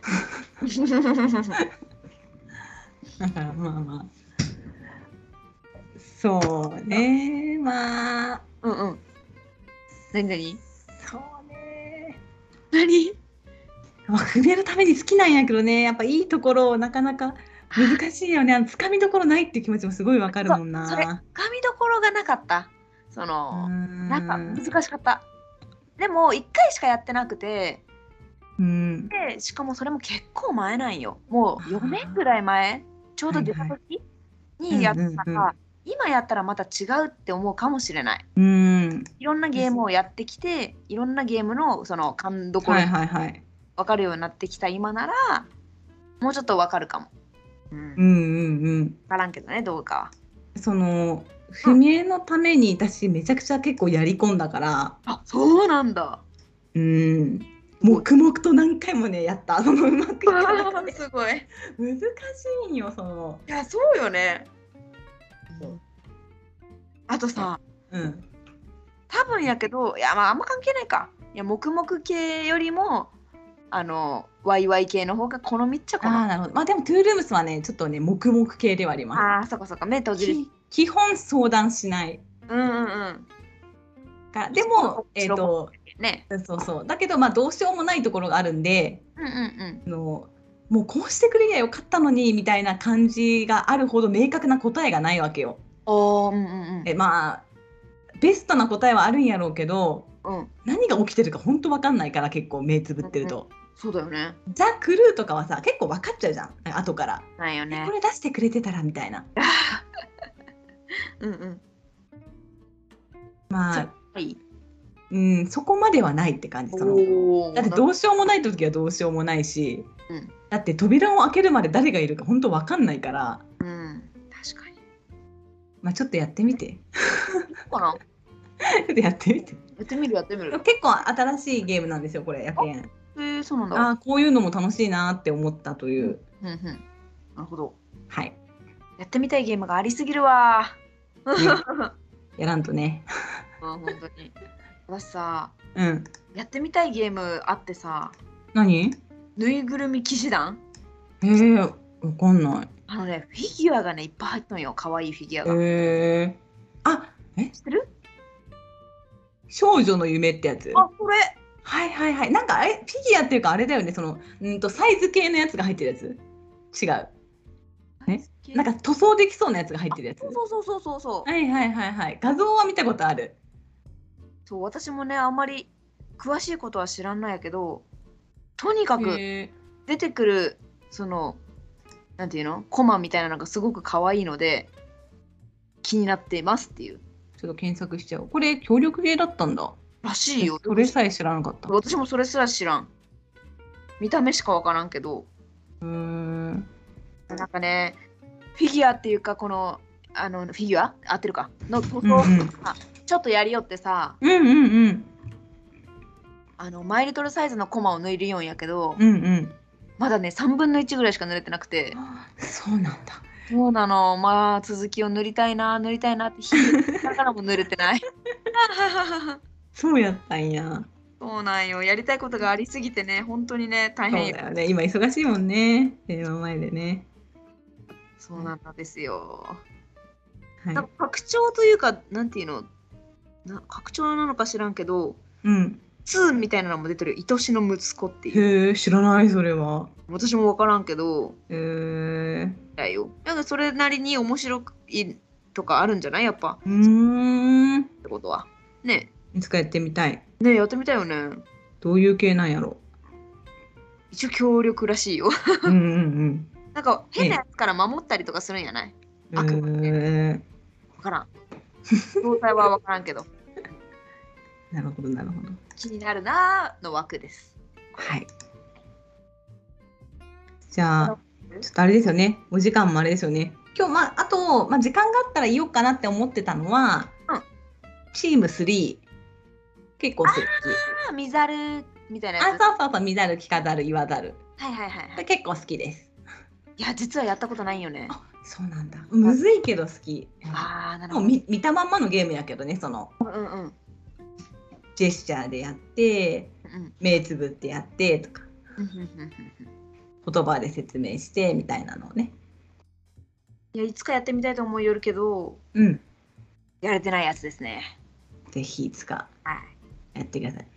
Speaker 2: だからまあまあそうねまあ
Speaker 1: うんうん何何
Speaker 2: そうね
Speaker 1: 何
Speaker 2: まあ踏めるために好きなんやけどねやっぱいいところをなかなか難しいよねあのつかみどころないっていう気持ちもすごいわかるもんな
Speaker 1: それ掴みどころがなかったその、な
Speaker 2: なん
Speaker 1: か難しかったでも1回しかやってなくて
Speaker 2: うん
Speaker 1: でしかもそれも結構前なんよもう4年ぐらい前ちょうど出た時にやったから、
Speaker 2: うんうんうん
Speaker 1: 今やったらまた違うって思うかもしれない
Speaker 2: うん
Speaker 1: いろんなゲームをやってきていろんなゲームのその勘どころ
Speaker 2: はいはいはい
Speaker 1: 分かるようになってきた今なら、もうちょっと分かるかも、うん、
Speaker 2: う
Speaker 1: 分
Speaker 2: んうんうん
Speaker 1: からんけどねどうかは
Speaker 2: その踏み絵のために私めちゃくちゃ結構やり込んだから
Speaker 1: あそうなん
Speaker 2: *laughs*
Speaker 1: だ
Speaker 2: うん黙々と何回もねやったそのうまくいかなくて
Speaker 1: すごい
Speaker 2: *laughs* 難しいんよその、
Speaker 1: いやそうよね
Speaker 2: そう
Speaker 1: あとさ
Speaker 2: うん、
Speaker 1: 多分やけどいやまああんま関係ないかいや黙々系よりもあのワイワイ系の方が好みっちゃ
Speaker 2: あ
Speaker 1: 好み
Speaker 2: あ
Speaker 1: あ
Speaker 2: なるほどまあでもトゥールームスはねちょっとね黙々系ではありま
Speaker 1: あーそっかそっか目閉
Speaker 2: す
Speaker 1: じる
Speaker 2: き基本相談しない
Speaker 1: うんうんうん
Speaker 2: かでもえっ、
Speaker 1: 白
Speaker 2: と
Speaker 1: ね
Speaker 2: そうそうだけどまあどうしようもないところがあるんで
Speaker 1: うんうんうん
Speaker 2: あのもうこうしてくれりゃよかったのにみたいな感じがあるほど明確な答えがないわけよ。
Speaker 1: おーうんうんうん
Speaker 2: えまあベストな答えはあるんやろうけど
Speaker 1: うん
Speaker 2: 何が起きてるか本当わかんないから結構目つぶってると。
Speaker 1: そうだよね
Speaker 2: ザ・クルーとかはさ結構分かっちゃうじゃんなんか後から。
Speaker 1: ないよね
Speaker 2: これ出してくれてたらみたいな。
Speaker 1: うんうん
Speaker 2: ま
Speaker 1: そ
Speaker 2: あ、
Speaker 1: はい
Speaker 2: うん、そこまではないって感じ。その
Speaker 1: おー
Speaker 2: だってどうしようもない時はどうしようもないし、
Speaker 1: うん
Speaker 2: だって扉を開けるまで誰がいるか本当わかんないから、
Speaker 1: うん確かに
Speaker 2: まあ、ちょっとやってみて *laughs*
Speaker 1: そうかな
Speaker 2: ちょっとやってみて
Speaker 1: やってみるやってみる
Speaker 2: 結構新しいゲームなんですよこれやけん
Speaker 1: えー、そうなんだ
Speaker 2: ああこういうのも楽しいなって思ったという、
Speaker 1: うんうんなるほど *laughs*
Speaker 2: はい、ね
Speaker 1: やってみたいゲームがありすぎるわー
Speaker 2: やらんとね
Speaker 1: うん本当に私さ
Speaker 2: うん。
Speaker 1: やってみたいゲームあってさ
Speaker 2: 何へ
Speaker 1: ぬいぐるみ騎士団
Speaker 2: えー、わかんない。
Speaker 1: あのねフィギュアがねいっぱい入ったのよ可愛いフィギュアが、
Speaker 2: へえー。あ、え
Speaker 1: 知ってる
Speaker 2: 少女の夢ってやつ。
Speaker 1: あこれ
Speaker 2: はいはいはい。なんかあれ、フィギュアっていうかあれだよね、その、うんと、サイズ系のやつが入ってるやつ。違う。えなんか塗装できそうなやつが入ってるやつ。
Speaker 1: そうそうそうそうそう、
Speaker 2: はいはいはいはい。画像は見たことある。
Speaker 1: そう私もねあんまり詳しいことは知らんのやけどとにかく
Speaker 2: へ
Speaker 1: 出てくるそのなんていうのコマみたいなのがすごく可愛いので気になっていますっていう
Speaker 2: ーちょっと検索しちゃおう。これ、協力系だったんだ。
Speaker 1: らしいよ
Speaker 2: それさえ知らなかった。う
Speaker 1: 私もそれすら知らん見た目しかわからんけど
Speaker 2: ーん。
Speaker 1: なんかねフィギュアっていうかこのあのフィギュア合ってるかの塗
Speaker 2: うんう
Speaker 1: 装
Speaker 2: ん
Speaker 1: あちょっとやりよってさ
Speaker 2: うんうんうん。
Speaker 1: あのマイリトルサイズのコマを抜いるよんやけど、
Speaker 2: うんうん。
Speaker 1: まだね3分の1ぐらいしか塗れてなくて
Speaker 2: そうなんだ。
Speaker 1: そうなのまあ続きを塗りたいな塗りたいなって日々だからも塗れて *laughs* ない
Speaker 2: そうやったんや。
Speaker 1: そうなんよやりたいことがありすぎてね本当にね
Speaker 2: そ
Speaker 1: 大
Speaker 2: う
Speaker 1: 変よ
Speaker 2: だよね。今忙しいもんね。テレビの前でね。
Speaker 1: そうなんですよ
Speaker 2: はい
Speaker 1: なんか。拡張というかなんていうのな拡張なのか知らんけど
Speaker 2: うん。
Speaker 1: 2みたいなのも出てるよ愛しの息子っていう
Speaker 2: へえ、知らない、それは。
Speaker 1: 私も分からんけど
Speaker 2: へえ。
Speaker 1: だよなんかそれなりに面白いとかあるんじゃないやっぱ
Speaker 2: うーん。
Speaker 1: ってことはね
Speaker 2: いつかやってみたい。
Speaker 1: えねえやってみたいよね
Speaker 2: どういう系なん
Speaker 1: *laughs*
Speaker 2: やろ
Speaker 1: 一応協力らしいよ *laughs*
Speaker 2: う。うんうん
Speaker 1: なんか変なやつから守ったりとかするんやない
Speaker 2: うん。
Speaker 1: あくまで
Speaker 2: へ
Speaker 1: 分から *laughs* ん。詳細は分からんけど、
Speaker 2: ーなるほど、なるほど。
Speaker 1: 気になるなーの枠です。
Speaker 2: はい。じゃあ、ちょっとあれですよね。お時間もあれですよね。今日、まあ、あと、まあ、時間があったら言おうかなって思ってたのは、
Speaker 1: うん
Speaker 2: チーム3。結構好き。
Speaker 1: ああ、見ざるみたいな
Speaker 2: あ、
Speaker 1: やつ。
Speaker 2: そうそうそう、見ざる、聞かざる、言わざる。
Speaker 1: はいはいはいは
Speaker 2: で
Speaker 1: い。
Speaker 2: 結構好きです。
Speaker 1: いや、実はやったことないよね。
Speaker 2: あそうなんだ。むずいけど好き。
Speaker 1: ああ、なる
Speaker 2: も
Speaker 1: ほ
Speaker 2: う
Speaker 1: ど。
Speaker 2: 見見たまんまのゲームやけどね、その、
Speaker 1: うんうんうん。
Speaker 2: ジェスチャーでやって、
Speaker 1: うん
Speaker 2: 目つぶってやってとか、
Speaker 1: うんうんうんうん
Speaker 2: 言葉で説明してみたいなのをね。
Speaker 1: いや、いつかやってみたいと思いよるけど、
Speaker 2: うん。
Speaker 1: やれてないやつですね。
Speaker 2: ぜひいつか
Speaker 1: は
Speaker 2: やってください。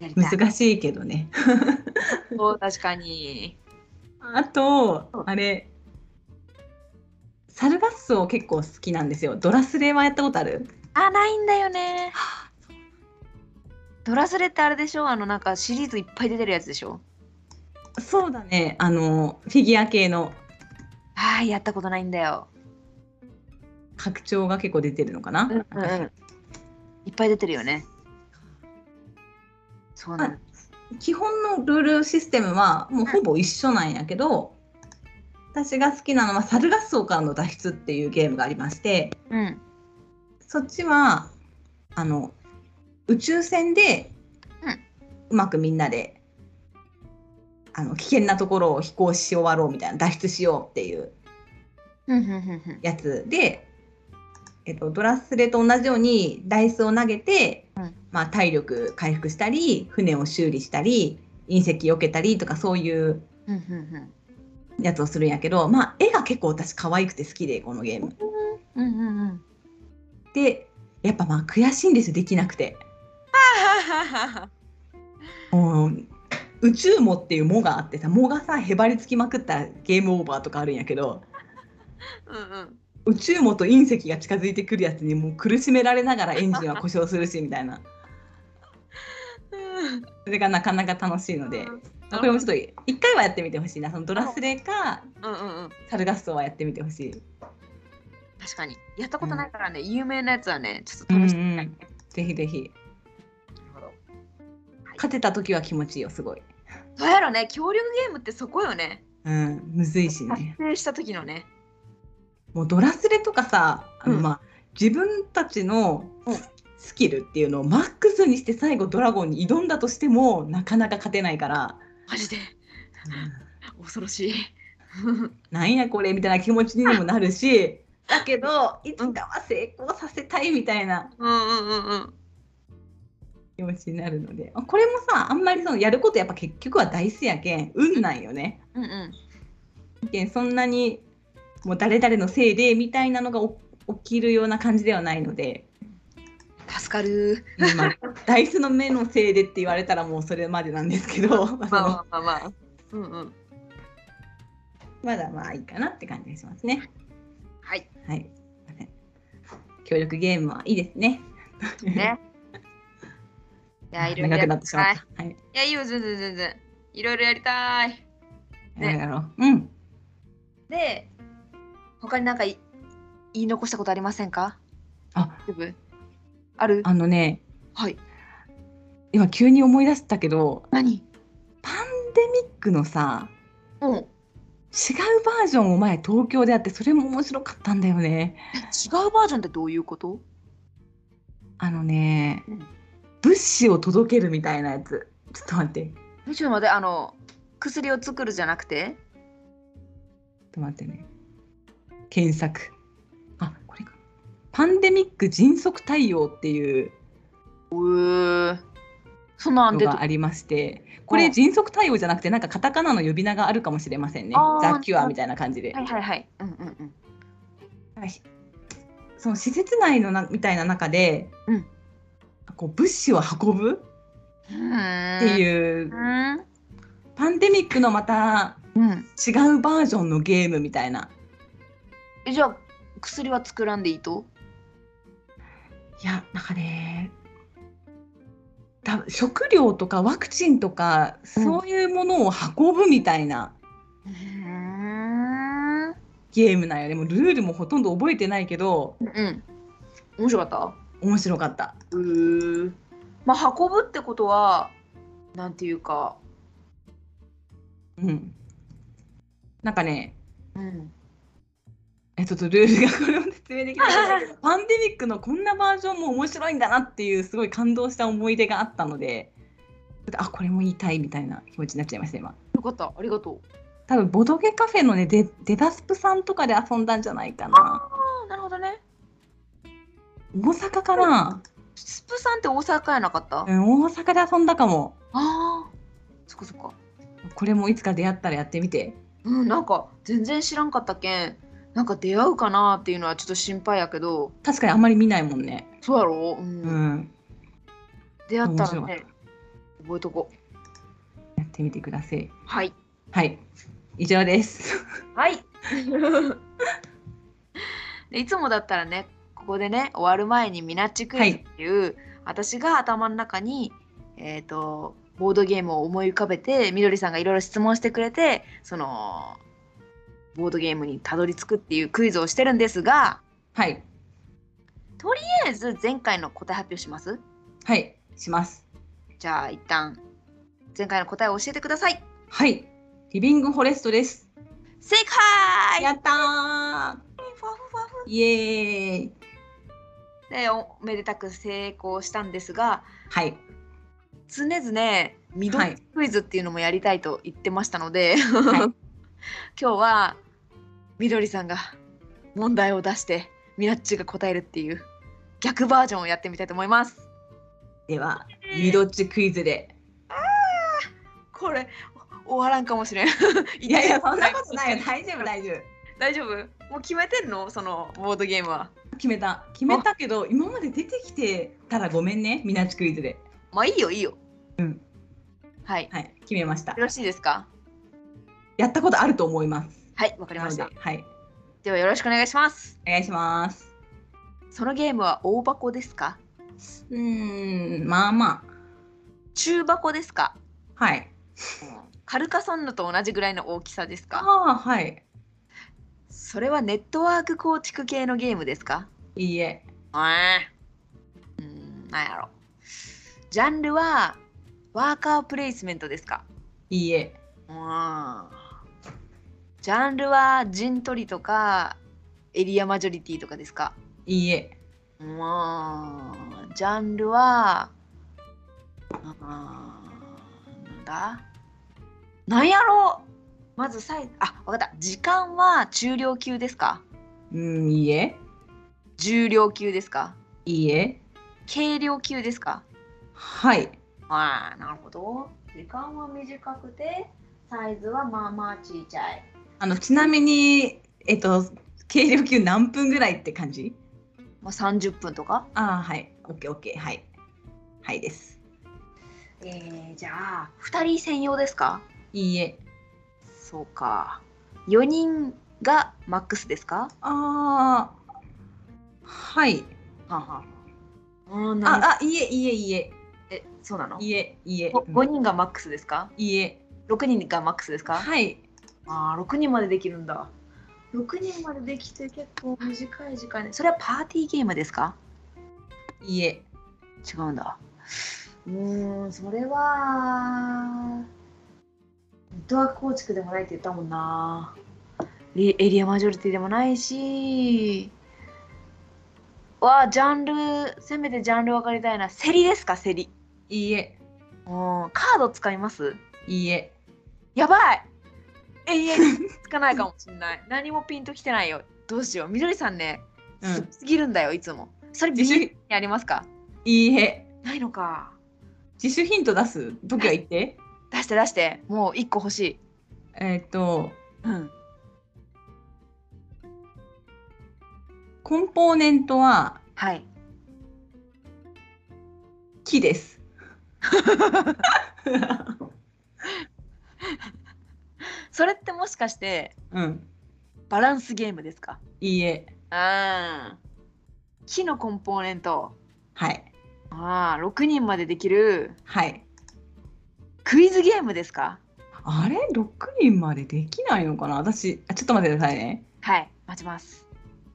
Speaker 1: い。やりたい。
Speaker 2: 難しいけどね。 *laughs*
Speaker 1: そう確かに。
Speaker 2: あと
Speaker 1: うん、
Speaker 2: あれ、サルガッソ結構好きなんですよ。ドラスレはやったことある
Speaker 1: あ、ないんだよね。ドラスレってあれでしょあの、なんかシリーズいっぱい出てるやつでしょ
Speaker 2: そうだね。あの、フィギュア系の
Speaker 1: ああ、やったことないんだよ。
Speaker 2: 拡張が結構出てるのかな。
Speaker 1: うんうん *laughs* うんいっぱい出てるよね。そうなんだ。
Speaker 2: 基本のルールシステムはもうほぼ一緒なんやけど、私が好きなのはサルガッソからの脱出っていうゲームがありまして、
Speaker 1: うん。
Speaker 2: そっちはあの宇宙船で、
Speaker 1: うん
Speaker 2: うまくみんなであの危険なところを飛行し終わろうみたいな脱出しようっていう
Speaker 1: うんうんうんうん
Speaker 2: やつで、えっと、ドラスレと同じようにダイスを投げて、
Speaker 1: うん
Speaker 2: まあ、体力回復したり船を修理したり隕石避けたりとかそういう
Speaker 1: うんうん
Speaker 2: やつをするんやけど、まあ、絵が結構私可愛くて好きでこのゲーム。
Speaker 1: うんうんうんうん。
Speaker 2: でやっぱまあ悔しいんですよできなくて。うん宇宙もっていう「も」があってさ「も」がさへばりつきまくったらゲームオーバーとかあるんやけど
Speaker 1: うんうん。
Speaker 2: 宇宙もと隕石が近づいてくるやつにもう苦しめられながらエンジンは故障するしみたいなそれがなかなか楽しいのでまあこれもちょっと一回はやってみてほしいなそのドラスレか
Speaker 1: うんうんうん。
Speaker 2: サルガッソはやってみてほしい、
Speaker 1: 確かに。やったことないからね、有名なやつはね、ちょっと
Speaker 2: うんう
Speaker 1: 試してみたい。
Speaker 2: ん、ぜひぜひ
Speaker 1: なるほど
Speaker 2: 勝てた時は気持ちいいよすごい、
Speaker 1: そうやろね、協力ゲームってそこよね。
Speaker 2: うん、むずいし
Speaker 1: 達
Speaker 2: ね
Speaker 1: 成した時のね。
Speaker 2: もうドラスレとかさあの、
Speaker 1: うん
Speaker 2: まあ、自分たちの
Speaker 1: うん
Speaker 2: スキルっていうのをマックスにして最後ドラゴンに挑んだとしてもなかなか勝てないから、
Speaker 1: マジで恐ろしい。
Speaker 2: なんやこれみたいな気持ちにもな
Speaker 1: *laughs*
Speaker 2: るしだけどいつかは成功させたいみたいな
Speaker 1: うんうんうんうん。
Speaker 2: 気持ちになるのであこれもさあんまりそのやることやっぱ結局は大数やけん運なんよね。
Speaker 1: うんうん
Speaker 2: けんそんなにもう誰々のせいでみたいなのがお起きるような感じではないので、
Speaker 1: 助かる
Speaker 2: まあ、ダイスの目のせいでって言われたらもうそれまでなんですけどまあそ
Speaker 1: まあま
Speaker 2: の
Speaker 1: あまあまあうんうん
Speaker 2: まだまあいいかなって感じがしますね。
Speaker 1: はい
Speaker 2: はい。協力ゲームはいいですね。
Speaker 1: *laughs* ねいやいろいろ
Speaker 2: 長
Speaker 1: や
Speaker 2: く
Speaker 1: り
Speaker 2: なってしま
Speaker 1: た
Speaker 2: っ
Speaker 1: いい
Speaker 2: た。はい。
Speaker 1: やいいよ全然全然いろいろやりたいね
Speaker 2: やろうやろう。うん。
Speaker 1: で他になんかい言い残したことありませんか
Speaker 2: あ
Speaker 1: 大丈夫ある
Speaker 2: あのね、
Speaker 1: はい
Speaker 2: 今急に思い出したけど、
Speaker 1: 何
Speaker 2: パンデミックのさ、
Speaker 1: うん違う
Speaker 2: 違うバージョンを前東京でやって、それも面白かったんだよね。
Speaker 1: バージョンってどういうこと
Speaker 2: あのね
Speaker 1: うん、
Speaker 2: 物資を届けるみたいなやつ。ちょっと待って、ちょ
Speaker 1: えちょっと待ってあの薬を作るじゃなくて
Speaker 2: っと待ってね。検索。あ、これか。パンデミック迅速対応っていう
Speaker 1: そんなん
Speaker 2: の
Speaker 1: で
Speaker 2: がありまして、これ迅速対応じゃなくてなんかカタカナの呼び名があるかもしれませんね
Speaker 1: あ。ー
Speaker 2: ザキュアみたいな感じで。
Speaker 1: はいはいはいうんうんうん
Speaker 2: なんかひその施設内のなみたいな中で、
Speaker 1: うん
Speaker 2: こう物資を運ぶって
Speaker 1: ってう
Speaker 2: いう、
Speaker 1: ーん。
Speaker 2: パンデミックのまた
Speaker 1: うん。
Speaker 2: 違うバージョンのゲームみたいな。
Speaker 1: えじゃあ薬は作らんでいいと？
Speaker 2: いやなんかね多分食料とかワクチンとか、
Speaker 1: うん
Speaker 2: そういうものを運ぶみたいな
Speaker 1: うーん。
Speaker 2: ゲームなんよねもうルールもほとんど覚えてないけど
Speaker 1: うん。面白かっ
Speaker 2: 面白かった。
Speaker 1: た。うー。まあ運ぶってことはなんていうか。
Speaker 2: うん、なんかね
Speaker 1: うん。
Speaker 2: えちょっとルールがこれを説明できない
Speaker 1: *laughs*
Speaker 2: パンデミックのこんなバージョンも面白いんだなっていうすごい感動した思い出があったのでちょっとあこれも言いたいみたいな気持ちになっちゃいました今
Speaker 1: よかった。ありがとう。
Speaker 2: 多分ボドゲカフェのねデデダスプさんとかで遊んだんじゃないかな
Speaker 1: あなるほどね。
Speaker 2: 大阪かな、
Speaker 1: スプさんって大阪やなかった？
Speaker 2: う
Speaker 1: あ
Speaker 2: ん、大阪で遊んだかも
Speaker 1: あー。そっかそっか。
Speaker 2: これもいつか出会ったらやってみて
Speaker 1: うんなんか全然知らんかったけん。なんか出会うかなっていうのはちょっと心配やけど、
Speaker 2: 確かにあんまり見ないもんね
Speaker 1: そうやろう、ん、
Speaker 2: うん
Speaker 1: 出会ったら
Speaker 2: 面白か
Speaker 1: ね、覚えとこう。
Speaker 2: やってみてください
Speaker 1: はい。
Speaker 2: はい以上です *laughs*
Speaker 1: はい。 *laughs* でいつもだったらね、ここでね、終わる前にミナッチクイズっていう、私が頭の中に、えっ、と、ボードゲームを思い浮かべて、みどりさんがいろいろ質問してくれて、その、ボードゲームにたどり着くっていうクイズをしてるんですが、
Speaker 2: はい
Speaker 1: とりあえず前回の答え発表します
Speaker 2: はいします
Speaker 1: じゃあ一旦、前回の答えを教えてください。
Speaker 2: はいリビングフォレストです
Speaker 1: 正解
Speaker 2: やったー
Speaker 1: ふわふわふわ
Speaker 2: イエーイ
Speaker 1: でおめでたく成功したんですが、
Speaker 2: はい
Speaker 1: 常々ミド
Speaker 2: は
Speaker 1: ル
Speaker 2: い
Speaker 1: クイズっていうのもやりたいと言ってましたので、
Speaker 2: い
Speaker 1: *laughs* 今日はみどりさんが問題を出してミラッチが答えるっていう逆バージョンをやってみたいと思います
Speaker 2: ではミドッチクイズで
Speaker 1: これお終わらんかもし *laughs* れん
Speaker 2: いやいやそんなことないよ大丈夫大丈夫
Speaker 1: *laughs* 大丈夫もう決めてんのそのボードゲームは
Speaker 2: 決めた決めたけど今まで出てきてたらごめんねミナッチクイズで
Speaker 1: まあいいよいいよ
Speaker 2: うん
Speaker 1: はいよ
Speaker 2: はい決めました
Speaker 1: ろしいですか
Speaker 2: やったことあると思います
Speaker 1: はいわかりまし
Speaker 2: な
Speaker 1: た
Speaker 2: のではい
Speaker 1: ではよろしくお願いします
Speaker 2: お願いします
Speaker 1: そのゲームは大箱ですか
Speaker 2: うーんまあま
Speaker 1: 中箱ですか
Speaker 2: あはい
Speaker 1: カルカソンヌと同じぐらいの大きさですか
Speaker 2: ああはい
Speaker 1: それはネットワーク構築系のゲームですか
Speaker 2: いいえ
Speaker 1: えうーんなんやろジャンルはワーカープレイスメントですか
Speaker 2: いいえ
Speaker 1: うーんジャンルは陣取りとかエリアマジョリティとかですか
Speaker 2: いいえ
Speaker 1: うーんジャンルはあーなんだなんやろまずさいあわかった時間は中量級ですか
Speaker 2: うんいいえ
Speaker 1: 重量級ですか
Speaker 2: いいえ
Speaker 1: 軽量級ですか
Speaker 2: はい。
Speaker 1: ああ、なるほど。時間は短くて、サイズはまあまあ小さい。
Speaker 2: あのちなみにえっと軽量級何分ぐらいって感じ？
Speaker 1: まあ30分とか。
Speaker 2: ああはい。オッケーオッケーはいはいです。
Speaker 1: えー、じゃあ、2人専用ですか
Speaker 2: いいえ。
Speaker 1: そうか。4人がマックスですか
Speaker 2: ああはい。
Speaker 1: はんはん。うん、なん
Speaker 2: ああいいえいいえいいえ
Speaker 1: え、そうなの
Speaker 2: いいえいいえ。
Speaker 1: ご
Speaker 2: うん
Speaker 1: ?5 人がマックスですか
Speaker 2: いいえ。
Speaker 1: ?6 人がマックスですか
Speaker 2: はい。
Speaker 1: ああ、6人までできるんだ。6人までできて結構短い時間で。それはパーティーゲームですか
Speaker 2: いいえ。
Speaker 1: 違うんだ。うーん、それは。ネットワーク構築でもないって言ったもんな。リエリアマジョリティでもないし。わあ、ジャンル、せめてジャンル分かりたいな。競りですか、競り。
Speaker 2: いいえ。
Speaker 1: うん、カード使います
Speaker 2: いいえ。
Speaker 1: やばい永遠につかないかもしんない。 *laughs* 何もピンときてないよ。どうしよう。みどりさんね、
Speaker 2: うん
Speaker 1: すすぎるんだよ、いつも。それ、ビ
Speaker 2: 自
Speaker 1: ジュ
Speaker 2: 主
Speaker 1: にありますか
Speaker 2: いいえ。
Speaker 1: ないのか。
Speaker 2: 自主ヒント出す時は言って。
Speaker 1: 出して出して、もう1個欲しい。
Speaker 2: えっと
Speaker 1: うん。
Speaker 2: コンポーネントは
Speaker 1: はい。
Speaker 2: 木です。
Speaker 1: それってもしかして
Speaker 2: うん。
Speaker 1: バランスゲームですか
Speaker 2: いいえ。
Speaker 1: あー木のコンポーネント。
Speaker 2: はい。
Speaker 1: ああ、6人までできる
Speaker 2: はい。
Speaker 1: クイズゲームですか
Speaker 2: あれ ?6 人までできないのかな私、あちょっと待ってくださいね。
Speaker 1: はい、待ちます。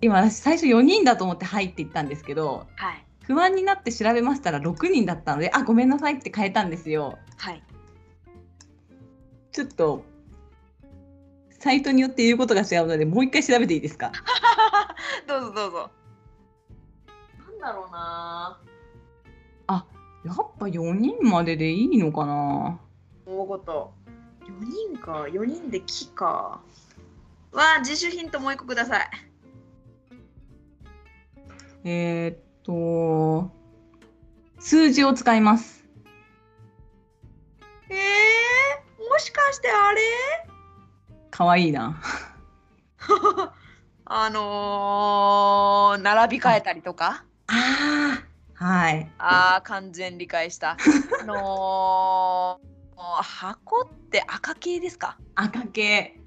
Speaker 2: 今、私、最初4人だと思って入っていったんですけど、
Speaker 1: はい。
Speaker 2: 不安になって調べましたら6人だったので、あ、ごめんなさいって変えたんですよ。
Speaker 1: はい。
Speaker 2: ちょっと、サイトによって言うことが違うので、もう一回調べていいですか
Speaker 1: どうぞどうぞ。なんだろうな。
Speaker 2: やっぱ4人まででいいのかな
Speaker 1: 大ごと。4人か、4人で木か。わあ、自主ヒントもう一個ください。
Speaker 2: えーっと、数字を使います。
Speaker 1: えー、もしかしてあれ
Speaker 2: かわいいな。
Speaker 1: あのー、並び替えたりとか
Speaker 2: ああはい。
Speaker 1: あー完全理解 *laughs* した。あのー、箱って赤系ですか
Speaker 2: 赤系。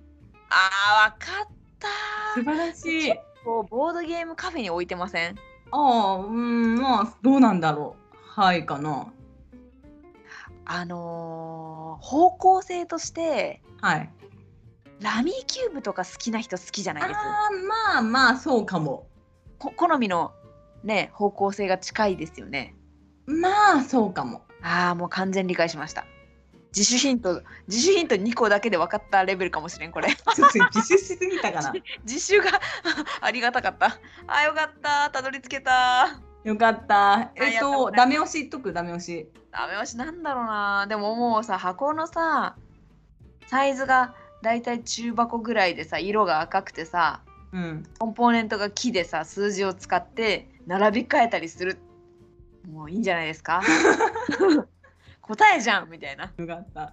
Speaker 1: あーわか *laughs* った
Speaker 2: 素晴らしい。
Speaker 1: こうボードゲームカフェに置いてません
Speaker 2: ああ、うん、まあ、どうなんだろう。はいかな。
Speaker 1: あのー、方向性として
Speaker 2: はい。
Speaker 1: ラミーキューブとか好きな人好きじゃないです
Speaker 2: ああ、まあまあ、そうかも。
Speaker 1: こ好みのね方向性が近いですよね
Speaker 2: まあ、そうかも。
Speaker 1: ああもう完全理解しました自主ヒント自主ヒント2個だけで分かったレベルかもしれんこ *laughs* れ
Speaker 2: ちょっと自首しすぎた *laughs* かな。
Speaker 1: 自習が *laughs* ありがたかったあーよかったたどり着けた
Speaker 2: よかった。えっ
Speaker 1: ありがとうございま
Speaker 2: と、
Speaker 1: す
Speaker 2: ダメ押し言っとく、ダメ押し。
Speaker 1: ダメ押しなんだろうなでももうさ箱のさサイズがだいたい中箱ぐらいでさ色が赤くてさ
Speaker 2: うん。
Speaker 1: コンポーネントが木でさ数字を使って並び替えたりするもういいんじゃないです *laughs* か答えじゃんみたいな
Speaker 2: よかった。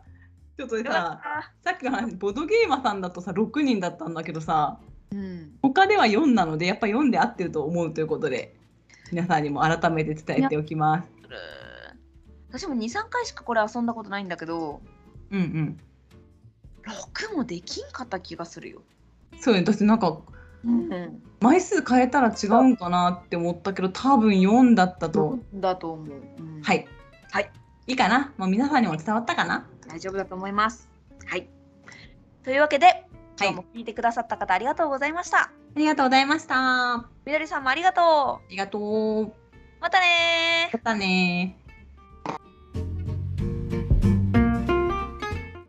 Speaker 2: ちょっと *laughs* さ、さっきの話、ボドゲーマーさんだとさ、6人だったんだけどさ、
Speaker 1: うん
Speaker 2: 他では4なので、やっぱ4で合ってると思うということで、皆さんにも改めて伝えておきます。
Speaker 1: 私も23回しかこれ遊んだことないんだけど
Speaker 2: うんうん。
Speaker 1: 6もできんかった気がするよ、
Speaker 2: そうね、私なんか、
Speaker 1: うん、
Speaker 2: 枚数変えたら違うんかなって思ったけど多分4だったと、
Speaker 1: だと思う、うん
Speaker 2: はい
Speaker 1: はい
Speaker 2: いいかなもう皆さんにも伝わったかな
Speaker 1: 大丈夫だと思います。はい。というわけで、今日も聞いてくださった方ありがとうございました。
Speaker 2: ありがとうございましたあ
Speaker 1: みどりさんもありがと
Speaker 2: りがとう
Speaker 1: う。またねー
Speaker 2: またねー